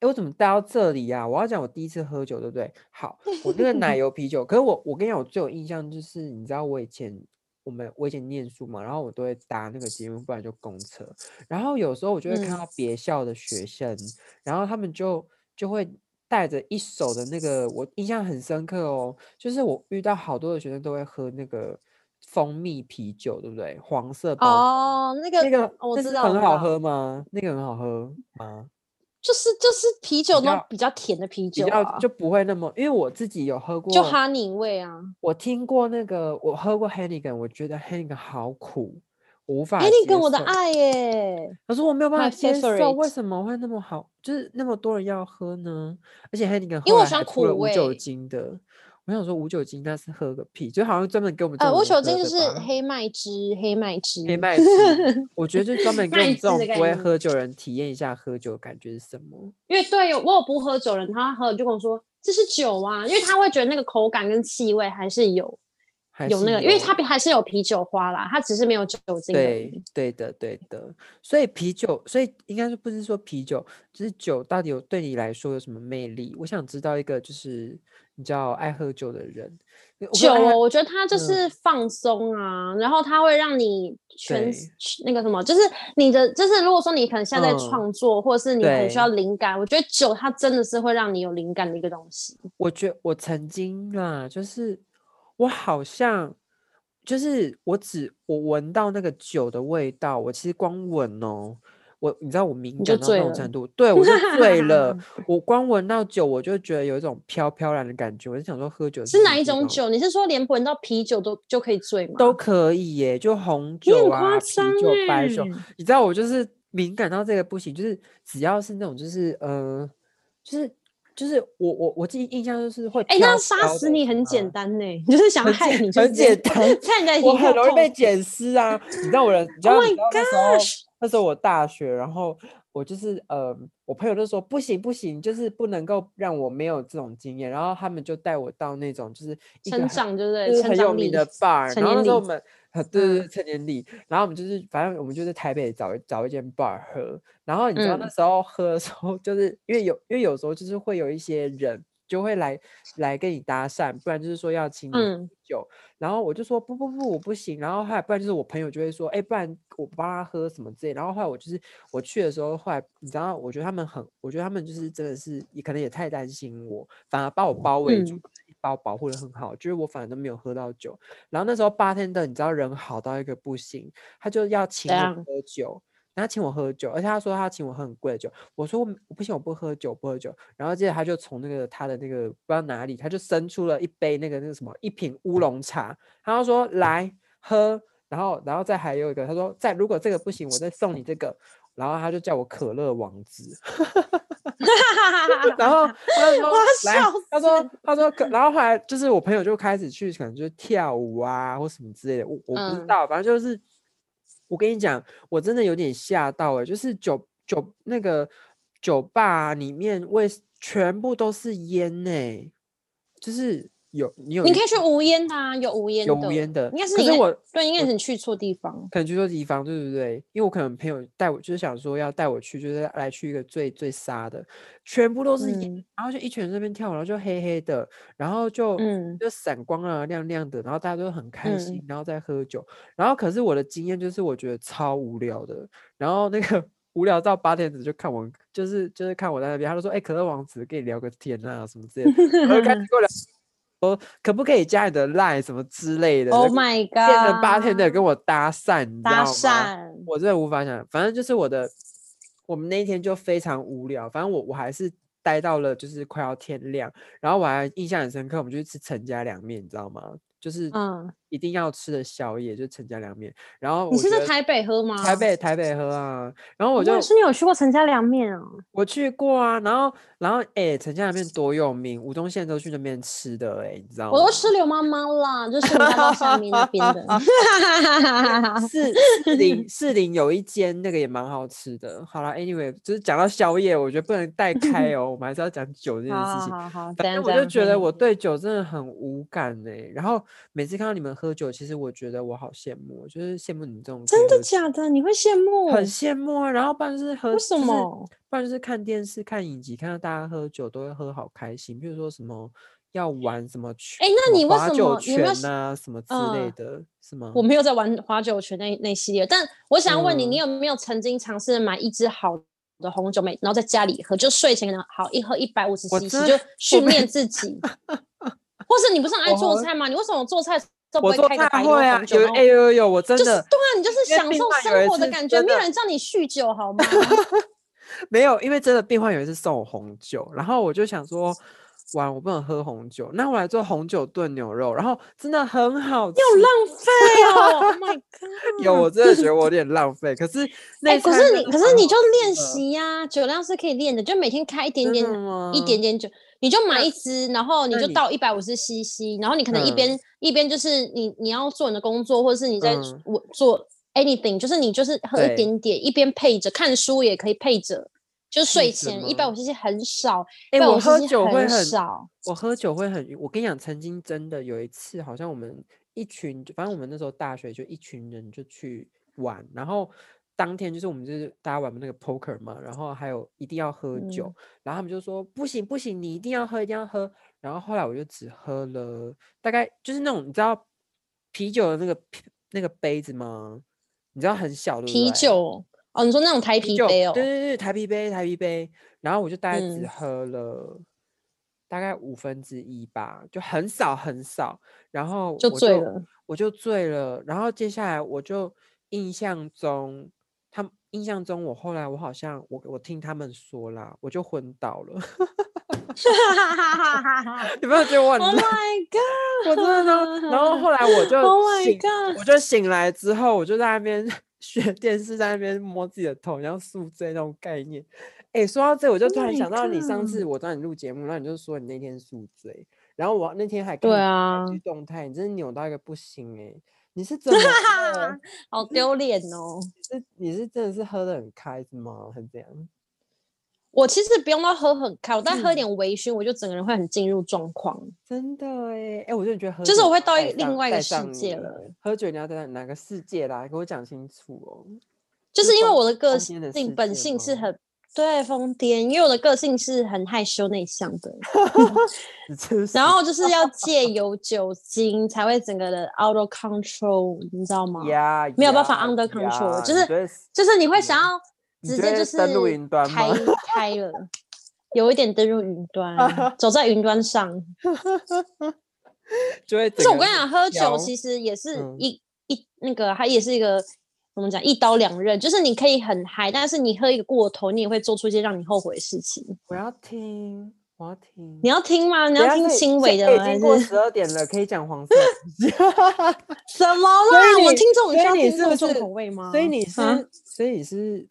Speaker 2: 哎，我怎么带到这里呀、我要讲我第一次喝酒，对不对？好，我那个奶油啤酒，可是我我跟你讲，我最有印象就是，你知道我以前我们我以前念书嘛，然后我都会搭那个捷运，不然就公车，然后有时候我就会看
Speaker 1: 嗯
Speaker 2: 到别校的学生，然后他们就就会。带着一手的那个，我印象很深刻哦，就是我遇到好多的学生都会喝那个蜂蜜啤酒，对不对？黄色包装
Speaker 1: 哦，那个
Speaker 2: 那个
Speaker 1: 我
Speaker 2: 那
Speaker 1: 知
Speaker 2: 是
Speaker 1: 道我
Speaker 2: 很
Speaker 1: 知
Speaker 2: 好
Speaker 1: 道
Speaker 2: 喝吗？那个很好喝吗？
Speaker 1: 就是就是啤酒那种
Speaker 2: 较
Speaker 1: 比较甜的啤
Speaker 2: 比
Speaker 1: 酒
Speaker 2: 较
Speaker 1: 啊，
Speaker 2: 就不会那么，因为我自己有喝过，
Speaker 1: 就哈尼味啊。
Speaker 2: 我听过那个，我喝过 Hennigan，我觉得 Hennigan 好苦，我无法
Speaker 1: 哎，你
Speaker 2: 接
Speaker 1: 跟我的
Speaker 2: 受
Speaker 1: 爱耶，
Speaker 2: 可是我没有办法
Speaker 1: My
Speaker 2: 接受，为
Speaker 1: favorite
Speaker 2: 什么会那么好，就是那么多人要喝呢？而且 Hennigan
Speaker 1: 因为
Speaker 2: 后
Speaker 1: 我
Speaker 2: 来
Speaker 1: 喜欢
Speaker 2: 还出了
Speaker 1: 苦
Speaker 2: 无酒
Speaker 1: 味
Speaker 2: 精的，我想说无酒精那是喝个屁，就好像专门给我们这
Speaker 1: 呃，
Speaker 2: 种
Speaker 1: 无
Speaker 2: 人
Speaker 1: 酒
Speaker 2: 喝
Speaker 1: 精就
Speaker 2: 的
Speaker 1: 是
Speaker 2: 吧
Speaker 1: 黑麦汁，黑麦汁，
Speaker 2: 黑
Speaker 1: <laughs>
Speaker 2: 麦汁，我觉得就是专门给我
Speaker 1: 麦
Speaker 2: 们
Speaker 1: 汁
Speaker 2: 这种
Speaker 1: 的概
Speaker 2: 不会
Speaker 1: 念
Speaker 2: 喝酒的人体验一下喝酒的感觉是什么。
Speaker 1: 因为对我有不喝酒的人，他喝了就跟我说这是酒啊，因为他会觉得那个口感跟气味还是有
Speaker 2: 还
Speaker 1: 有
Speaker 2: 是
Speaker 1: 那个，因为它还是有啤酒花啦，它只是没有酒精而已。
Speaker 2: 对对的对的，所以啤酒，所以应该是不是说啤酒，就是酒到底有对你来说有什么魅力？我想知道一个就是你知道爱喝酒的人，我嗯不是
Speaker 1: 酒
Speaker 2: 爱
Speaker 1: 哦，
Speaker 2: 喝
Speaker 1: 我觉得它就是放松啊，然后它会让你全
Speaker 2: 对
Speaker 1: 那个什么，就是你的，就是如果说你可能现在在
Speaker 2: 嗯
Speaker 1: 创作，或者是你很需要
Speaker 2: 对
Speaker 1: 灵感，我觉得酒它真的是会让你有灵感的一个东西。
Speaker 2: 我觉我曾经啦，就是我好像就是我只我闻到那个酒的味道，我其实光闻哦。我你知道我敏
Speaker 1: 你就
Speaker 2: 感到那
Speaker 1: 醉
Speaker 2: 种
Speaker 1: 了
Speaker 2: 程度，对我就醉
Speaker 1: <laughs>
Speaker 2: 了。我光闻到酒，我就觉得有一种飘飘然的感觉。我就想说，喝酒
Speaker 1: 是
Speaker 2: 不
Speaker 1: 哪一
Speaker 2: 这
Speaker 1: 种酒？你是说连闻到啤酒都就可以醉吗？
Speaker 2: 都可以耶，就红
Speaker 1: 你很
Speaker 2: 酒啊、
Speaker 1: 夸
Speaker 2: 啤
Speaker 1: 张
Speaker 2: 酒、白酒，
Speaker 1: 欸
Speaker 2: 你知道我就是敏感到这个不行，就是只要是那种就是呃，就是就是我我我记忆印象就是会
Speaker 1: 哎、那
Speaker 2: 飘
Speaker 1: 杀
Speaker 2: 飘
Speaker 1: 死
Speaker 2: 的
Speaker 1: 你很
Speaker 2: 啊
Speaker 1: 简单呢、 <laughs> 你就是想要
Speaker 2: 很
Speaker 1: 害
Speaker 2: 简 <laughs>
Speaker 1: 你，就
Speaker 2: 很
Speaker 1: 是直接
Speaker 2: 简
Speaker 1: <laughs>
Speaker 2: 单
Speaker 1: 在你的
Speaker 2: 我
Speaker 1: 一
Speaker 2: 很
Speaker 1: 个
Speaker 2: 容易被
Speaker 1: 痛
Speaker 2: 捡尸
Speaker 1: <laughs>
Speaker 2: 啊！你知道我人，你知道
Speaker 1: Oh
Speaker 2: 你
Speaker 1: my
Speaker 2: 知道那时候那时候我大学，然后我就是呃，我朋友就说不行不行，就是不能够让我没有这种经验，然后他们就带我到那种就是一个
Speaker 1: 成
Speaker 2: 很
Speaker 1: 长，对不
Speaker 2: 就
Speaker 1: 对？
Speaker 2: 是
Speaker 1: 成
Speaker 2: 很有
Speaker 1: 长
Speaker 2: 名
Speaker 1: 力
Speaker 2: 的 bar，
Speaker 1: 成
Speaker 2: 然后那
Speaker 1: 年
Speaker 2: 时候我
Speaker 1: 礼
Speaker 2: 们很对对对
Speaker 1: 嗯
Speaker 2: 成年礼，然后我们就是反正我们就在台北找一找一间 bar 喝，然后你知道那
Speaker 1: 嗯
Speaker 2: 时候喝的时候，就是因为有因为有时候就是会有一些人就会来来跟你搭讪，不然就是说要请你
Speaker 1: 嗯，
Speaker 2: 酒，然后我就说不不不我不行，然后后来不然就是我朋友就会说，哎，不然我帮他喝什么之类，然后后来我就是我去的时候，后来你知道，我觉得他们很，我觉得他们就是真的是也可能也太担心我，反而把我包围住
Speaker 1: 嗯。
Speaker 2: 把我保护的很好，就是我反正都没有喝到酒。然后那时候八天的，你知道人好到一个不行，他就要请
Speaker 1: 怎
Speaker 2: 我
Speaker 1: 样？
Speaker 2: 喝酒，然后请我喝酒，而且他说他请我喝很贵的酒，我说我没我不行，我不喝酒，不喝酒。然后接着他就从那个他的那个不知道哪里，他就伸出了一杯那个那个什么一瓶乌龙茶，然后说来喝，然后然后再还有一个，他说再如果这个不行，我再送你这个。然后他就叫我可乐王子，
Speaker 1: 嗯
Speaker 2: 然后他就说
Speaker 1: 我要
Speaker 2: 来
Speaker 1: 笑，
Speaker 2: 他说他说可，然后后来就是我朋友就开始去可能就是跳舞啊或什么之类的，我我不知
Speaker 1: 嗯
Speaker 2: 道，反正就是我跟你讲，我真的有点吓到哎、就是酒酒那个酒吧、里面为全部都是烟呢、就是有你
Speaker 1: <laughs>
Speaker 2: 有
Speaker 1: 你
Speaker 2: 一
Speaker 1: 可以去无烟的啊，有无烟
Speaker 2: 有
Speaker 1: 的，
Speaker 2: 无烟的，
Speaker 1: 应该是
Speaker 2: 可
Speaker 1: 你
Speaker 2: 是
Speaker 1: 在
Speaker 2: 我嗯
Speaker 1: 对，应该
Speaker 2: 我
Speaker 1: 是你去错地方。
Speaker 2: 可能去错地方，对不对？因为我可能朋友带我，就是想说要带我去，就是来去一个最最沙的，全部都是烟，
Speaker 1: 嗯
Speaker 2: 然后就一群人在那边跳舞，然后就黑黑的，然后就
Speaker 1: 嗯
Speaker 2: 就闪光啊亮亮的，然后大家都很开心
Speaker 1: 嗯，
Speaker 2: 然后再喝酒，然后可是我的经验就是我觉得超无聊的，然后那个 <laughs> 无聊到八点子就看我，就是就是看我在那边，他就说：“哎、可乐王子，跟你聊个天啊，什么之类的。”然后就开始跟
Speaker 1: <laughs>
Speaker 2: 我聊，说可不可以加你的 line 什么之类的，
Speaker 1: ，Oh
Speaker 2: 就
Speaker 1: my
Speaker 2: 变成八天的跟
Speaker 1: god，
Speaker 2: 我搭讪，你知
Speaker 1: 搭
Speaker 2: 道吗？
Speaker 1: 讪，
Speaker 2: 我真的无法想，反正就是我的，我们那一天就非常无聊，反正我我还是待到了就是快要天亮，然后我还印象很深刻，我们就去吃陈家凉面，你知道吗？就是
Speaker 1: 嗯，
Speaker 2: 一定要吃的宵夜，就是陈家凉面。然后
Speaker 1: 你
Speaker 2: 我
Speaker 1: 是
Speaker 2: 觉
Speaker 1: 在
Speaker 2: 得
Speaker 1: 台哦北喝吗？
Speaker 2: 台北台北喝啊，然后我
Speaker 1: 哇，
Speaker 2: 就是
Speaker 1: 你有去过陈家凉面哦？
Speaker 2: 我去过啊，然后然后哎，陈家凉面多有名，吴宗宪都去那边吃的哎、你知道
Speaker 1: 我
Speaker 2: 吗？
Speaker 1: 都吃刘妈妈啦，就是我们家道下面那边的。 <laughs>
Speaker 2: 士士林士林有一间那个也蛮好吃的。好啦 a n y w a y 就是讲到宵夜，我觉得不能带开哦，我 <laughs> 们还是要讲酒这件
Speaker 1: 好
Speaker 2: 事
Speaker 1: 好
Speaker 2: 情。
Speaker 1: 好好，
Speaker 2: 反
Speaker 1: 怎
Speaker 2: 正
Speaker 1: 样
Speaker 2: 我
Speaker 1: 怎
Speaker 2: 就
Speaker 1: 样？
Speaker 2: 觉得
Speaker 1: 嘿
Speaker 2: 我对酒真的很无感呢、然后每次看到你们喝酒，其实我觉得我好羡慕，哦就是羡慕你这种
Speaker 1: 真
Speaker 2: 可以
Speaker 1: 的
Speaker 2: 喝
Speaker 1: 假的？你会羡慕？
Speaker 2: 很羡慕啊。然后不然就是喝，
Speaker 1: 为什
Speaker 2: 就是
Speaker 1: 么？
Speaker 2: 不然就是看电视、看影集，看到大家喝酒都会喝好开心。比如说什么要玩什么圈，
Speaker 1: 哎那你为
Speaker 2: 划
Speaker 1: 什
Speaker 2: 酒
Speaker 1: 么你有没有
Speaker 2: 拳呐、什么之类
Speaker 1: 嗯
Speaker 2: 的，是吗？
Speaker 1: 我没有在玩花酒泉那那系列，但我想问你，
Speaker 2: 嗯
Speaker 1: 你有没有曾经尝试买一支好的红酒，每然后在家里喝，就睡前可能好一喝一百五十
Speaker 2: 我
Speaker 1: cc，
Speaker 2: 真
Speaker 1: 就
Speaker 2: 我
Speaker 1: 训
Speaker 2: 没
Speaker 1: 练自
Speaker 2: <laughs>
Speaker 1: 己。或是你不是很爱
Speaker 2: 我
Speaker 1: 做
Speaker 2: 好
Speaker 1: 菜吗？你为什么做菜都不
Speaker 2: 我
Speaker 1: 会
Speaker 2: 做
Speaker 1: 开个
Speaker 2: 菜
Speaker 1: 白酒
Speaker 2: 会啊
Speaker 1: 红，酒？
Speaker 2: 有
Speaker 1: 然后
Speaker 2: 哎有有有，我真
Speaker 1: 就是对
Speaker 2: 的
Speaker 1: 啊，你就是
Speaker 2: 因为
Speaker 1: 享
Speaker 2: 病
Speaker 1: 受
Speaker 2: 患有
Speaker 1: 生
Speaker 2: 一
Speaker 1: 活的
Speaker 2: 次
Speaker 1: 感觉，
Speaker 2: 真
Speaker 1: 没有
Speaker 2: 的
Speaker 1: 人叫你酗酒好
Speaker 2: <laughs>
Speaker 1: 吗？ <laughs>
Speaker 2: 没有，因为真的病患有一次送我红酒，然后我就想说，哇，我不能喝红酒，那我来做红酒炖牛肉，然后真的很好吃。
Speaker 1: 又浪费哦！Oh my god！
Speaker 2: 有，我真的觉得我
Speaker 1: <laughs>
Speaker 2: 有点浪费。可是那
Speaker 1: 哎，可
Speaker 2: 餐
Speaker 1: 是
Speaker 2: 真
Speaker 1: 你，
Speaker 2: 的
Speaker 1: 可是
Speaker 2: 蛮
Speaker 1: 你
Speaker 2: 好
Speaker 1: 就练
Speaker 2: 吃的
Speaker 1: 习呀，酒量是可以练的，就每天开一点
Speaker 2: 真
Speaker 1: 点
Speaker 2: 的吗
Speaker 1: 一点点酒，你就买一支，然后你
Speaker 2: 嗯那
Speaker 1: 就
Speaker 2: 你
Speaker 1: 倒一百五十 CC，然后你可能一边一边就是你你要做你的工作，或者是你在
Speaker 2: 嗯
Speaker 1: 我做 anything，就是你就是喝一
Speaker 2: 对
Speaker 1: 点点，一边配着看书也可以配着，就睡
Speaker 2: 着
Speaker 1: 前
Speaker 2: 吗
Speaker 1: 一百五 CC 很少，
Speaker 2: 哎、
Speaker 1: 150
Speaker 2: 我喝
Speaker 1: cc
Speaker 2: 酒会
Speaker 1: 很
Speaker 2: 很，
Speaker 1: 少，
Speaker 2: 我喝酒会很晕。我跟你讲，曾经真的有一次，好像我们一群，反正我们那时候大学就一群人就去玩，然后当天就是我们就是大家玩那个 poker 嘛，然后还有一定要喝酒，
Speaker 1: 嗯
Speaker 2: 然后他们就说不行不行，你一定要喝一定要喝。然后后来我就只喝了大概就是那种你知道啤酒的那个啤那个杯子吗？你知道很小对不
Speaker 1: 啤
Speaker 2: 对
Speaker 1: 酒哦，你说那种台啤
Speaker 2: 酒
Speaker 1: 杯哦，
Speaker 2: 对对对，台啤杯，台啤杯。然后我就大概只
Speaker 1: 嗯
Speaker 2: 喝了大概五分之一吧，就很少很少。然后
Speaker 1: 就
Speaker 2: 我
Speaker 1: 醉了。
Speaker 2: 我就醉了。然后接下来我就印象中，他们印象中我后来我好像我我听他们说啦，我就昏倒了。 <laughs> 有没有觉得 <laughs> 我很
Speaker 1: Oh
Speaker 2: 烂 <laughs>
Speaker 1: my god！
Speaker 2: 我真的呢。然后后来我就
Speaker 1: <laughs> Oh my
Speaker 2: 醒
Speaker 1: God
Speaker 2: 我就醒来之后，我就在那边 <laughs> 学电视，在那边摸自己的头，然后宿醉那种概念。哎、说到这，我就
Speaker 1: Oh
Speaker 2: 突然
Speaker 1: my
Speaker 2: 想到你上次我找你录节目，然后你就说你那天宿醉，然后我那天还看
Speaker 1: 对
Speaker 2: 你
Speaker 1: 啊，
Speaker 2: IG 动态，你真的扭到一个不行哎、你是怎么了？
Speaker 1: 好丢脸哦！
Speaker 2: 是你是真的是喝的很开是吗？还是怎样？
Speaker 1: 我其实不用到喝很开，我再喝一
Speaker 2: 嗯
Speaker 1: 点微醺，我就整个人会很进入状况。
Speaker 2: 真的哎、欸，哎、我真的觉得喝
Speaker 1: 就是
Speaker 2: 酒
Speaker 1: 我会
Speaker 2: 一定
Speaker 1: 到
Speaker 2: 要
Speaker 1: 一
Speaker 2: 带
Speaker 1: 另
Speaker 2: 上
Speaker 1: 外一个
Speaker 2: 带
Speaker 1: 世
Speaker 2: 上
Speaker 1: 界
Speaker 2: 你
Speaker 1: 了。
Speaker 2: 喝酒你要在哪个世界啦？给我讲清楚哦。 <laughs>
Speaker 1: 就是是因为
Speaker 2: 疯
Speaker 1: 我的个
Speaker 2: 疯癫的世
Speaker 1: 性本
Speaker 2: 界
Speaker 1: 性是
Speaker 2: 吗
Speaker 1: 很对疯癫，因为我的个性是很害羞内向的，
Speaker 2: 你真是
Speaker 1: 然后就是要借由酒精才会整个的 out of control，你知道吗？
Speaker 2: 呀，
Speaker 1: 没有办法
Speaker 2: 呀
Speaker 1: under control，
Speaker 2: 呀
Speaker 1: 就
Speaker 2: 你
Speaker 1: 是
Speaker 2: 觉得
Speaker 1: 就是你会想
Speaker 2: 嗯
Speaker 1: 要
Speaker 2: 你
Speaker 1: 直
Speaker 2: 觉
Speaker 1: 接
Speaker 2: 得
Speaker 1: 就是
Speaker 2: 登入云端吗
Speaker 1: 开开了，有一点登入云
Speaker 2: <laughs>
Speaker 1: 端，走在云端上。
Speaker 2: 就会
Speaker 1: 就
Speaker 2: 整
Speaker 1: 是我
Speaker 2: 个
Speaker 1: 跟你讲，
Speaker 2: 人
Speaker 1: 喝
Speaker 2: 飘
Speaker 1: 酒其实也是
Speaker 2: 嗯
Speaker 1: 一、一那个，它也是一个怎么讲，一刀两刃。就是你可以很嗨，但是你喝一个过头，你也会做出一些让你后悔的事情。
Speaker 2: 我要听，我要听，
Speaker 1: 你要听吗？你
Speaker 2: 等
Speaker 1: 要
Speaker 2: 下
Speaker 1: 听
Speaker 2: 所以
Speaker 1: 轻
Speaker 2: 所
Speaker 1: 微
Speaker 2: 以
Speaker 1: 的
Speaker 2: 已
Speaker 1: 吗？还
Speaker 2: 经
Speaker 1: 是
Speaker 2: 过十二点了，可以讲
Speaker 1: <laughs>
Speaker 2: 黄色的东西。
Speaker 1: 什么
Speaker 2: 所
Speaker 1: 啦？
Speaker 2: 以
Speaker 1: 我
Speaker 2: 你
Speaker 1: 听众
Speaker 2: 所
Speaker 1: 你需要
Speaker 2: 以你
Speaker 1: 听
Speaker 2: 是不
Speaker 1: 众重
Speaker 2: 是
Speaker 1: 口味吗？
Speaker 2: 所以你是
Speaker 1: 啊
Speaker 2: 所以你是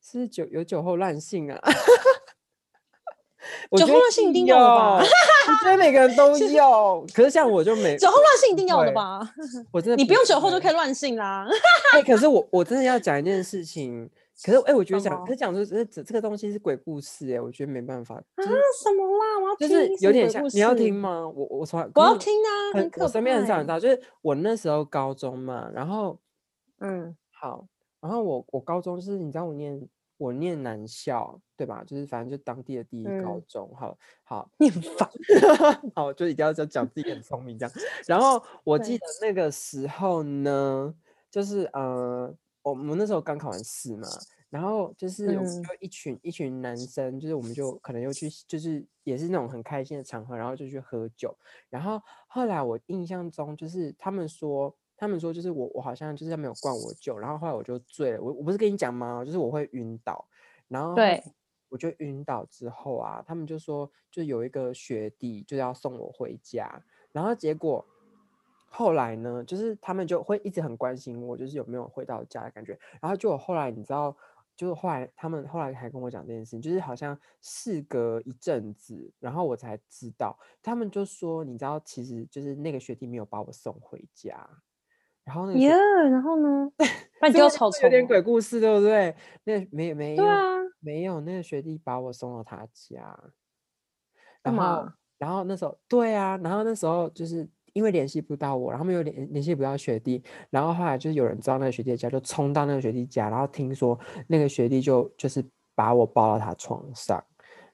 Speaker 2: 是酒有酒后乱性啊？ <laughs> 我
Speaker 1: 酒
Speaker 2: 觉
Speaker 1: 后
Speaker 2: 得
Speaker 1: 乱性一定要的吧
Speaker 2: 有？
Speaker 1: <laughs>
Speaker 2: 我觉得每个人都有，可是像我就没，
Speaker 1: 酒后乱性一定要的
Speaker 2: 会
Speaker 1: 吧？
Speaker 2: 我真的
Speaker 1: 你不用酒后就
Speaker 2: 会
Speaker 1: 可以乱性啦。啊
Speaker 2: 哎、可是我我真的要讲一件事情，可是哎、我觉得
Speaker 1: 什
Speaker 2: 讲，可
Speaker 1: 么
Speaker 2: 是讲说这这这个东西是鬼故事哎、我觉得没办法，
Speaker 1: 啊
Speaker 2: 就是、，
Speaker 1: 什么啦？我要听
Speaker 2: 就是
Speaker 1: 什
Speaker 2: 有
Speaker 1: 么
Speaker 2: 点
Speaker 1: 鬼
Speaker 2: 像
Speaker 1: 故，
Speaker 2: 你要
Speaker 1: 事
Speaker 2: 听吗？我我从来
Speaker 1: 我
Speaker 2: 可是
Speaker 1: 要听啊，很可
Speaker 2: 嗯我身边很少人
Speaker 1: 怕
Speaker 2: 知道，就是我那时候高中嘛，然后
Speaker 1: 欸。嗯，
Speaker 2: 好，然后我我高中就是你知道我念我念男校对吧？就是反正就当地的第一高
Speaker 1: 嗯
Speaker 2: 中，好好，
Speaker 1: 你很烦。欸
Speaker 2: <laughs> 好，就一定要讲讲自己很聪明这样。然后我记
Speaker 1: 对
Speaker 2: 得那个时候呢，就是呃，我们那时候刚考完试嘛，然后就是我们
Speaker 1: 嗯
Speaker 2: 就一群一群男生，就是我们就可能又去，就是也是那种很开心的场合，然后就去喝酒。然后后来我印象中就是他们说。他们说就是我，我好像就是他们有灌我酒，然后后来我就醉了。我我不是跟你讲吗？就是我会晕倒，然后后
Speaker 1: 对，
Speaker 2: 我就晕倒之后啊，他们就说就有一个学弟就要送我回家，然后结果后来呢，就是他们就会一直很关心我，就是有没有回到家的感觉。然后就我后来你知道，就是后来他们后来还跟我讲这件事情，就是好像事隔一阵子，然后我才知道，他们就说你知道，其实就是那个学弟没有把我送回家，然后那个学
Speaker 1: 耶、然后
Speaker 2: <laughs>
Speaker 1: 呢？把你
Speaker 2: 这
Speaker 1: 丢
Speaker 2: 个
Speaker 1: 草
Speaker 2: 是
Speaker 1: 丛
Speaker 2: 有点
Speaker 1: 哦
Speaker 2: 鬼故事，对不对？那没没
Speaker 1: 对
Speaker 2: 有
Speaker 1: 啊，
Speaker 2: 没有，那个学弟把我送到他家，
Speaker 1: 干
Speaker 2: 然后
Speaker 1: 嘛？
Speaker 2: 然后那时候对啊，然后那时候就是因为联系不到我，然后他们又联联系不到学弟，然后后来就是有人知道那个学弟的家，就冲到那个学弟家，然后听说那个学弟就就是把我抱到他床上，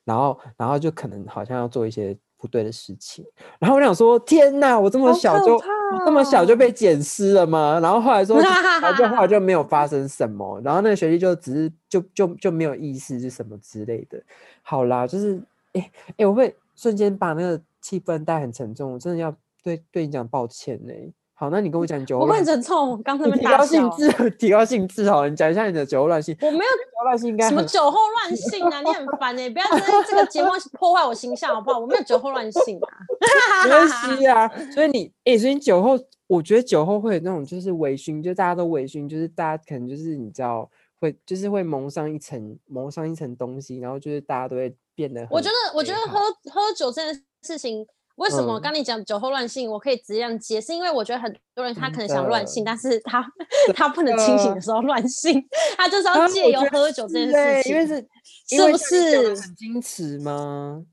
Speaker 2: 然后然后就可能好像要做一些不对的事情，然后我想说天哪，我这么
Speaker 1: 好
Speaker 2: 小
Speaker 1: 可
Speaker 2: 就、
Speaker 1: 怕
Speaker 2: 这么小就
Speaker 1: 哦
Speaker 2: 被捡尸了吗？然后后来说，
Speaker 1: <laughs>
Speaker 2: 然后就后来就没有发生什么，然后那个学弟就只是就就就没有意识是什么之类的。好啦，就是哎哎、诶我会瞬间把那个气氛带很沉重，我真的要对对你讲抱歉呢、好，那你跟我讲酒
Speaker 1: 我会
Speaker 2: 后乱
Speaker 1: 很
Speaker 2: 性，
Speaker 1: 沉重，我刚才
Speaker 2: 你
Speaker 1: 边
Speaker 2: 提
Speaker 1: 大
Speaker 2: 高
Speaker 1: 笑
Speaker 2: 兴
Speaker 1: 啊。
Speaker 2: 致， <laughs> 提高兴致好了，你讲一下你的酒后乱性。
Speaker 1: 我没有
Speaker 2: 酒后乱性应该
Speaker 1: 什么
Speaker 2: 很
Speaker 1: 酒后乱性
Speaker 2: <laughs>
Speaker 1: 啊！你很烦哎、不要在这个节目破坏我形象好不好？我没有酒后乱性啊。
Speaker 2: <laughs> 没关系啊。所以你，哎、所以你酒后，我觉得酒后会有那种就是微醺，就大家都微醺，就是大家可能就是你知道会就是会蒙上一层蒙上一层东西，然后就是大家都会变得。
Speaker 1: <laughs> 我觉得，我觉得
Speaker 2: 美
Speaker 1: 喝
Speaker 2: 好
Speaker 1: 喝酒这件事情，为什么
Speaker 2: 嗯
Speaker 1: 刚你讲酒后乱性，我可以直接这样接，是因为我觉得很多人他
Speaker 2: 真
Speaker 1: 可能想乱
Speaker 2: 的
Speaker 1: 性，但是他 <laughs> 他不能清醒
Speaker 2: 的
Speaker 1: 的时候乱性， <laughs> 他就是要
Speaker 2: 啊
Speaker 1: 借
Speaker 2: 我
Speaker 1: 由
Speaker 2: 觉得
Speaker 1: 喝酒这件
Speaker 2: 是
Speaker 1: 事
Speaker 2: 欸
Speaker 1: 情，
Speaker 2: 因为是因
Speaker 1: 是
Speaker 2: 为
Speaker 1: 不
Speaker 2: 像你讲的
Speaker 1: 是
Speaker 2: 很矜持吗？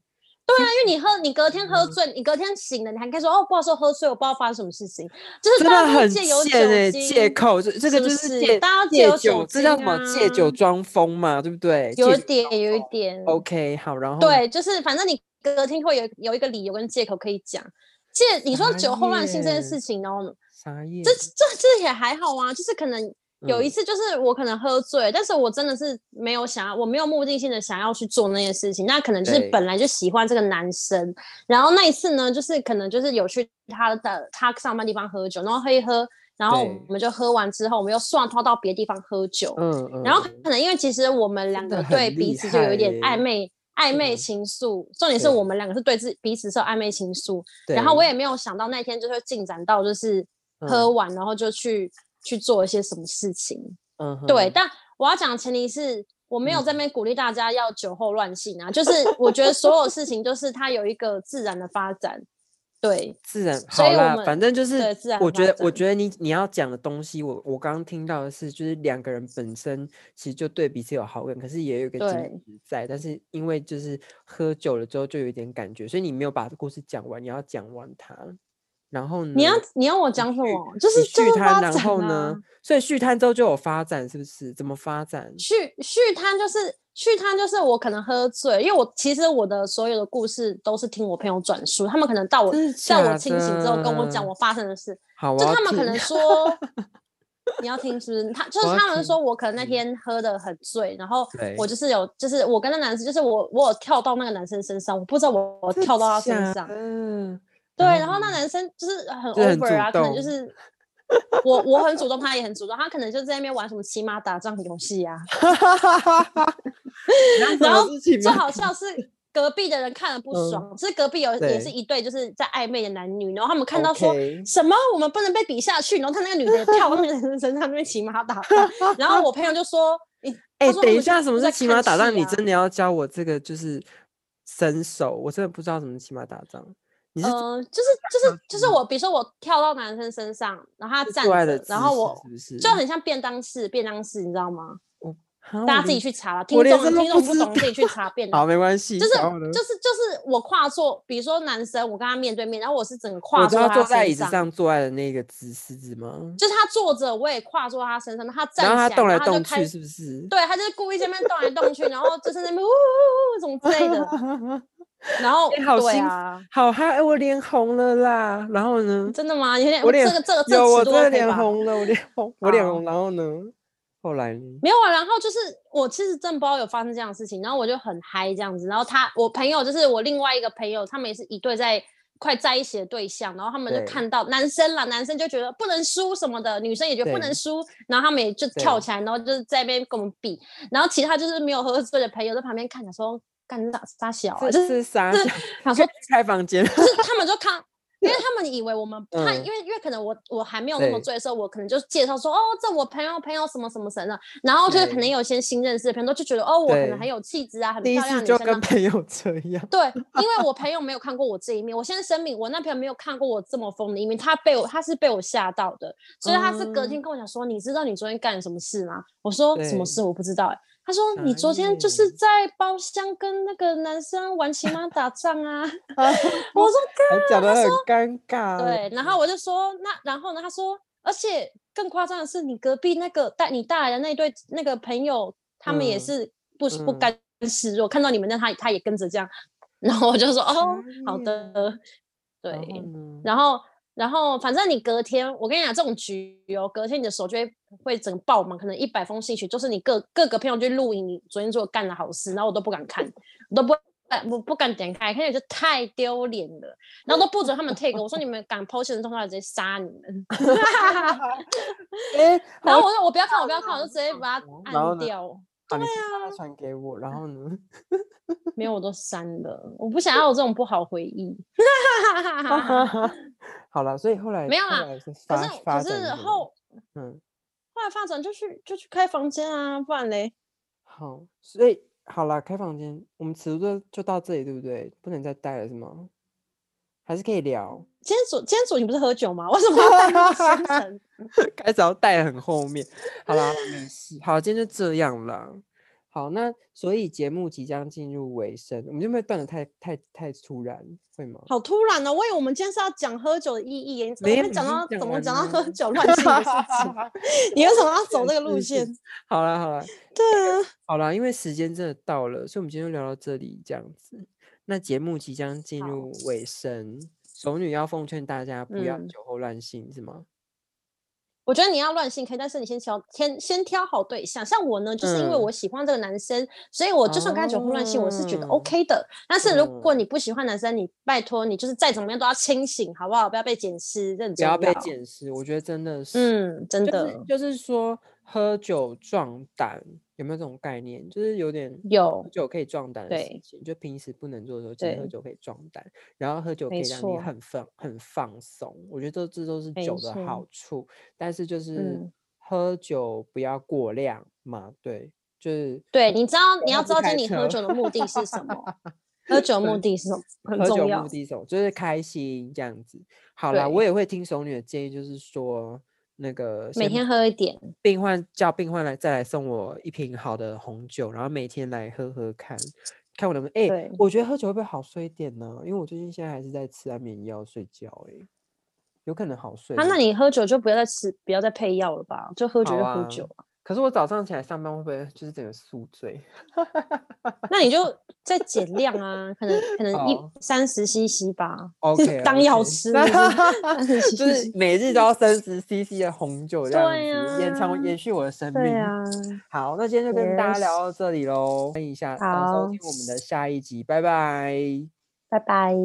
Speaker 1: 对啊，因为你喝，你隔天喝
Speaker 2: 嗯
Speaker 1: 醉，你隔天醒了，你还可以说哦，不好意思，我喝醉，我不知道发生什么事情，就是
Speaker 2: 真
Speaker 1: 大
Speaker 2: 的
Speaker 1: 家都
Speaker 2: 很
Speaker 1: 借由酒
Speaker 2: 贱欸
Speaker 1: 精
Speaker 2: 借口这这个
Speaker 1: 是不
Speaker 2: 就是
Speaker 1: 是
Speaker 2: 借
Speaker 1: 大家借
Speaker 2: 借
Speaker 1: 由酒
Speaker 2: 这叫什
Speaker 1: 精
Speaker 2: 么？借酒
Speaker 1: 啊
Speaker 2: 装疯嘛，对不对？
Speaker 1: 有
Speaker 2: 借
Speaker 1: 一点，
Speaker 2: 酒装
Speaker 1: 有一
Speaker 2: 疯
Speaker 1: 点
Speaker 2: OK，好，然后呢
Speaker 1: 对，就是反正你隔天会有有一个理由跟借口可以讲。借你说
Speaker 2: 傻
Speaker 1: 酒后乱性这件
Speaker 2: 眼
Speaker 1: 事情哦，
Speaker 2: 啥意
Speaker 1: 这
Speaker 2: 思？
Speaker 1: 这这也还好啊，就是可能有一
Speaker 2: 嗯
Speaker 1: 次就是我可能喝醉，但是我真的是没有想要，我没有目的性的想要去做那些事情，那可能就是
Speaker 2: 对
Speaker 1: 本来就喜欢这个男生，然后那一次呢，就是可能就是有去他的他上班地方喝酒，然后喝一喝，然后
Speaker 2: 对
Speaker 1: 我们就喝完之后，我们又刷拖到别的地方喝酒，
Speaker 2: 嗯嗯，
Speaker 1: 然后
Speaker 2: 嗯
Speaker 1: 可能因为其实我们两
Speaker 2: 真的
Speaker 1: 个
Speaker 2: 很
Speaker 1: 对彼
Speaker 2: 厉
Speaker 1: 此就有一点
Speaker 2: 害
Speaker 1: 暧
Speaker 2: 耶
Speaker 1: 昧暧昧
Speaker 2: 嗯
Speaker 1: 情愫，重点是
Speaker 2: 对
Speaker 1: 我们两个是对自彼此是有暧昧情愫，然后
Speaker 2: 对
Speaker 1: 我也没有想到那天就会进展到就是喝
Speaker 2: 嗯
Speaker 1: 完然后就去去做一些什么事情，
Speaker 2: 嗯
Speaker 1: 对，
Speaker 2: 哼
Speaker 1: 但我要讲的前提是。我没有在
Speaker 2: 嗯
Speaker 1: 那边鼓励大家要酒后乱性啊，就是我觉得所有事情就是它有一个自然的发展，对，
Speaker 2: 自然
Speaker 1: 所
Speaker 2: 好
Speaker 1: 以我
Speaker 2: 啦，
Speaker 1: 们
Speaker 2: 反正就是
Speaker 1: 对自然
Speaker 2: 我
Speaker 1: 发
Speaker 2: 觉得，我
Speaker 1: 展
Speaker 2: 觉得你你要讲的东西，我我刚刚听到的是，就是两个人本身其实就对彼此有好感，可是也有一个矜
Speaker 1: 对
Speaker 2: 持在，但是因为就是喝酒了之后就有一点感觉，所以你没有把故事讲完，你要讲完它。然后呢，
Speaker 1: 你要你要我讲什
Speaker 2: 续
Speaker 1: 么？就
Speaker 2: 嗯你
Speaker 1: 是就
Speaker 2: 续
Speaker 1: 是发
Speaker 2: 摊，然
Speaker 1: 展
Speaker 2: 后
Speaker 1: 啊
Speaker 2: 呢，所以续摊之后就有发展，是不是？怎么发展？
Speaker 1: 续续摊就是续摊就是我可能喝醉，因为我其实我的所有的故事都是听我朋友转述，他们可能到我
Speaker 2: 真的
Speaker 1: 在我
Speaker 2: 假
Speaker 1: 清醒之后跟我
Speaker 2: 的
Speaker 1: 讲我发生的事，
Speaker 2: 好，我
Speaker 1: 就
Speaker 2: 要
Speaker 1: 他们可
Speaker 2: 听 <laughs>
Speaker 1: 能说。你要听是不是？他就是
Speaker 2: 我要
Speaker 1: 他们
Speaker 2: 听
Speaker 1: 说我可能那
Speaker 2: 嗯
Speaker 1: 天喝的很醉，然后
Speaker 2: 对
Speaker 1: 我就是有，就是我跟那男生，就是我我有跳到那个男生身上，我不知道我我
Speaker 2: 真
Speaker 1: 跳到他身
Speaker 2: 假
Speaker 1: 上，
Speaker 2: 的嗯
Speaker 1: 对，然后那
Speaker 2: <laughs> 呢
Speaker 1: 男生就是很
Speaker 2: 就是很
Speaker 1: over
Speaker 2: 主
Speaker 1: 啊，可能就
Speaker 2: 动
Speaker 1: 是我我很主动，他也很主动，他可能就在那边玩什么骑马打仗游戏啊，
Speaker 2: 哈哈哈哈哈！
Speaker 1: 然
Speaker 2: 然
Speaker 1: 后
Speaker 2: 后事情
Speaker 1: 最
Speaker 2: 吗
Speaker 1: 好笑是隔壁的人看了不
Speaker 2: 嗯
Speaker 1: 爽，是隔壁有也是
Speaker 2: 对
Speaker 1: 一对就是在暧昧的男女，然后他们看到说
Speaker 2: OK
Speaker 1: 什么我们不能被比下去，然后看那个女的跳到那个男生身上那边骑马打仗，
Speaker 2: <laughs>
Speaker 1: 然后我朋友就说你
Speaker 2: 哎、
Speaker 1: 他说
Speaker 2: 等
Speaker 1: 他
Speaker 2: 一
Speaker 1: 们
Speaker 2: 下，什么
Speaker 1: 都在
Speaker 2: 是骑
Speaker 1: 看
Speaker 2: 马打仗？
Speaker 1: 戏
Speaker 2: 你
Speaker 1: 啊
Speaker 2: 真的要教我这个就是身手，我真的不知道什么是骑马打仗。你是
Speaker 1: 嗯、就是就
Speaker 2: <laughs>
Speaker 1: 是就是
Speaker 2: 吗
Speaker 1: 我比如说我跳到男生身上，然后他
Speaker 2: 最
Speaker 1: 站
Speaker 2: 做爱的
Speaker 1: 着，
Speaker 2: 姿
Speaker 1: 然后
Speaker 2: 势
Speaker 1: 我
Speaker 2: 是不是
Speaker 1: 就很像便当式便当式，你知道吗？
Speaker 2: 很
Speaker 1: 大家自己去查了，听
Speaker 2: 我连
Speaker 1: 众
Speaker 2: 这都
Speaker 1: 听众
Speaker 2: 不
Speaker 1: 不
Speaker 2: 知
Speaker 1: 懂自己去
Speaker 2: 道
Speaker 1: 查便当
Speaker 2: 好，。没关系。
Speaker 1: 就是
Speaker 2: 然后呢
Speaker 1: 就是就是我跨坐，比如说男生，我跟他面对面，然后我是整个跨
Speaker 2: 我知
Speaker 1: 坐
Speaker 2: 道
Speaker 1: 他
Speaker 2: 坐在
Speaker 1: 身
Speaker 2: 椅子上做爱的那个姿势是吗？
Speaker 1: 就是他坐着，我也跨坐他身上，他站
Speaker 2: 然后他
Speaker 1: 起来，
Speaker 2: 动
Speaker 1: 然
Speaker 2: 来
Speaker 1: 后他就
Speaker 2: 动
Speaker 1: 开
Speaker 2: 去，
Speaker 1: 始，
Speaker 2: 是不是？
Speaker 1: 对他就是故意这边动来动去，然后就是那边呜呜呜呜什么之类
Speaker 2: <laughs>
Speaker 1: 的，然后、
Speaker 2: 哎好
Speaker 1: 对
Speaker 2: 兴
Speaker 1: 啊，
Speaker 2: 好嗨、哎我脸红了啦。然后呢？
Speaker 1: 真的吗？有点
Speaker 2: 我脸
Speaker 1: 这个这个这
Speaker 2: 有，
Speaker 1: 个
Speaker 2: 我
Speaker 1: 尺
Speaker 2: 真
Speaker 1: 度 OK
Speaker 2: 的
Speaker 1: 吧
Speaker 2: 脸红了，我脸红，我脸
Speaker 1: 好
Speaker 2: 红。然后呢？后来呢？
Speaker 1: 没有啊，然后就是我其实真的不知道有发生这样的事情，然后我就很嗨这样子，然后他我朋友就是我另外一个朋友，他们也是一对在快在一起的对象，然后他们就
Speaker 2: 对
Speaker 1: 看到男生啦，男生就觉得不能输什么的，女生也觉得不能
Speaker 2: 对
Speaker 1: 输，然后他们也就跳
Speaker 2: 对
Speaker 1: 起来，然后就是在那边跟我们比，然后其他就是没有喝醉的朋友在旁边看，想说干啥傻小啊，
Speaker 2: 这
Speaker 1: 就是
Speaker 2: 是啥
Speaker 1: 这 <laughs>
Speaker 2: 小？
Speaker 1: 想说
Speaker 2: 开房间，
Speaker 1: 就是他们就看，因为他们以为我
Speaker 2: <laughs>
Speaker 1: 们看，
Speaker 2: 嗯
Speaker 1: 因为因为可能我我还没有那么
Speaker 2: 对
Speaker 1: 醉的时候，我可能就介绍说哦，这我朋友朋友什么什么什么，然后就是可能
Speaker 2: 对
Speaker 1: 有一些新认识的朋友就觉得哦，我可能很
Speaker 2: 对
Speaker 1: 有气质啊，很
Speaker 2: 第一
Speaker 1: 漂亮
Speaker 2: 次
Speaker 1: 的女
Speaker 2: 就
Speaker 1: 生
Speaker 2: 跟
Speaker 1: 啊。
Speaker 2: 朋友这样，
Speaker 1: 对，因为我朋友没有看过我这一面，我现在声明，我那朋友没有看过我这么疯的一面，他被我他是被我吓到的，所以他是隔天跟我讲说，你知道你昨天干了什么事吗？我说什么
Speaker 2: 嗯对哎
Speaker 1: 事我不知道、欸，他说
Speaker 2: 傻
Speaker 1: 你昨天就是
Speaker 2: 眼
Speaker 1: 在包厢跟那个男生玩骑马打仗啊。 <laughs>
Speaker 2: 啊
Speaker 1: 我说
Speaker 2: 还讲得很尴尬。
Speaker 1: 对，然后我就说那，然后呢？他说，而且更夸张的是，你隔壁那个带你带来的那对那个朋友，他们也
Speaker 2: 嗯
Speaker 1: 是不、不
Speaker 2: 嗯
Speaker 1: 甘示弱，看到你们那他他也跟着这样， <laughs> 然后我就说哦，
Speaker 2: 嗯
Speaker 1: 好的， <laughs> 对，
Speaker 2: 然后
Speaker 1: 然
Speaker 2: 呢，
Speaker 1: 后然后反正你隔天，我跟你讲这种局哦，隔天你的手就会会整个爆满，可能一百封信群，就是你各各个朋友去录影，你昨天做干了好事，然后我都不敢看，我都不。哎，我不敢点开，看起来就太丢脸了，然后都不准他们 take，我说你们敢 po 现实动态，我直接杀你们。 <laughs>
Speaker 2: 哎，
Speaker 1: 然
Speaker 2: 好
Speaker 1: 后我就我不要看，我不要看，我就直接把它
Speaker 2: <laughs> 然后
Speaker 1: 按
Speaker 2: 呢
Speaker 1: 掉，
Speaker 2: 啊你把它传给我，然后呢？
Speaker 1: 没有我都删了，我不想要有这种不好回忆。
Speaker 2: 好了，所以后来
Speaker 1: 没有
Speaker 2: 后
Speaker 1: 啦
Speaker 2: 来是
Speaker 1: 可
Speaker 2: <laughs> 发
Speaker 1: 是
Speaker 2: 发
Speaker 1: 可
Speaker 2: 展
Speaker 1: 是
Speaker 2: 什么
Speaker 1: 后
Speaker 2: 嗯
Speaker 1: 后来发展就去就去开房间啊，不然嘞。
Speaker 2: 好，所以好啦，开房间，我们尺度就就到这里，对不对？不能再带了是吗？还是可以聊， <laughs>
Speaker 1: 今天主今天主你不是喝酒吗？ <laughs> 为什么要带那么深
Speaker 2: <laughs>
Speaker 1: 沉？
Speaker 2: 开始要带很后面。好啦，没事，好，今天就这样啦。好，那所以节目即将进入尾声，我们就不会断的太太太突然，会吗？
Speaker 1: 好突然哦！我以为我们今天是要讲喝酒的意义耶，你怎么
Speaker 2: 没有
Speaker 1: 会
Speaker 2: 已
Speaker 1: 讲
Speaker 2: 经
Speaker 1: 到
Speaker 2: 讲
Speaker 1: 怎么
Speaker 2: 完
Speaker 1: 讲到
Speaker 2: 了
Speaker 1: 喝酒乱性的事
Speaker 2: <laughs>
Speaker 1: 情？ <laughs> 你为什么要走这个路
Speaker 2: 是是
Speaker 1: 线？
Speaker 2: 好啦好啦，
Speaker 1: 对啊，
Speaker 2: 好啦，因为时间真的到了，所以我们今天就聊到这里，这样子。那节目即将进
Speaker 1: 好
Speaker 2: 入尾声，熟女要奉劝大家不要
Speaker 1: 嗯
Speaker 2: 酒后乱性，是吗？
Speaker 1: 我觉得你要乱性可以，但是你先挑先先挑好对象。像我呢，就是因为
Speaker 2: 嗯
Speaker 1: 我喜欢这个男生，所以我就算跟他酒后乱性，我是觉得
Speaker 2: 哦
Speaker 1: OK 的。但是如果
Speaker 2: 嗯
Speaker 1: 你不喜欢男生，你拜托你就是再怎么样都要清醒，好不好？不要被捡尸，认
Speaker 2: 不
Speaker 1: 真哦
Speaker 2: 要被。捡尸，我觉得真的是，
Speaker 1: 嗯，真
Speaker 2: 就
Speaker 1: 的
Speaker 2: 是就是说喝酒壮胆，有没有这种概念？就是有点
Speaker 1: 有
Speaker 2: 喝酒可以壮胆的事
Speaker 1: 对
Speaker 2: 情，就平时不能做的时候，其实喝
Speaker 1: 对
Speaker 2: 酒可以壮胆，然后喝酒可
Speaker 1: 没
Speaker 2: 以让你
Speaker 1: 错
Speaker 2: 很放很放松。我觉得这这都是
Speaker 1: 没
Speaker 2: 酒的好处，但是就是
Speaker 1: 嗯
Speaker 2: 喝酒不要过量嘛，对，就是
Speaker 1: 对，你知道你
Speaker 2: 然
Speaker 1: 要
Speaker 2: 后
Speaker 1: 知
Speaker 2: 不
Speaker 1: 道
Speaker 2: 开
Speaker 1: 今天你喝
Speaker 2: 车
Speaker 1: 酒的目的是什么，
Speaker 2: <laughs>
Speaker 1: 喝酒的目
Speaker 2: 对
Speaker 1: 的是什么很
Speaker 2: 喝酒
Speaker 1: 重要
Speaker 2: 目。的什么？就是开心这样子。好啦，我也会听熟女的建议，就是说那个
Speaker 1: 每
Speaker 2: 先
Speaker 1: 天喝一点，
Speaker 2: 病患叫病患来再来送我一瓶好的红酒，然后每天来喝喝看，看我能不能。哎、
Speaker 1: 对
Speaker 2: 我觉得喝酒会不会好睡一点呢？因为我最近现在还是在吃安眠药睡觉、欸，有可能好睡
Speaker 1: 啊，
Speaker 2: 一
Speaker 1: 那
Speaker 2: 点
Speaker 1: 你喝酒就不要再吃，不要再配药了吧，就喝酒就
Speaker 2: 好
Speaker 1: 喝
Speaker 2: 啊
Speaker 1: 酒啊。
Speaker 2: 可是我早上起来上班会不会就是整个宿
Speaker 1: <laughs>
Speaker 2: 醉？
Speaker 1: 那你就再减量啊，可能可
Speaker 2: <laughs>
Speaker 1: 能一
Speaker 2: 好嗯
Speaker 1: 三十 CC 吧，
Speaker 2: OK，
Speaker 1: 是当药
Speaker 2: OK
Speaker 1: 吃，三十 CC。
Speaker 2: <laughs> 就是每日都要三十 CC 的红酒这样
Speaker 1: 对
Speaker 2: 子，延长
Speaker 1: 啊
Speaker 2: 延续我的生
Speaker 1: 对
Speaker 2: 命。
Speaker 1: 啊，
Speaker 2: 好，那今天就跟大
Speaker 1: Yes
Speaker 2: 家聊到这里喽，欢迎一下呃收
Speaker 1: 好
Speaker 2: 听我们的下一集，拜拜。
Speaker 1: 拜拜。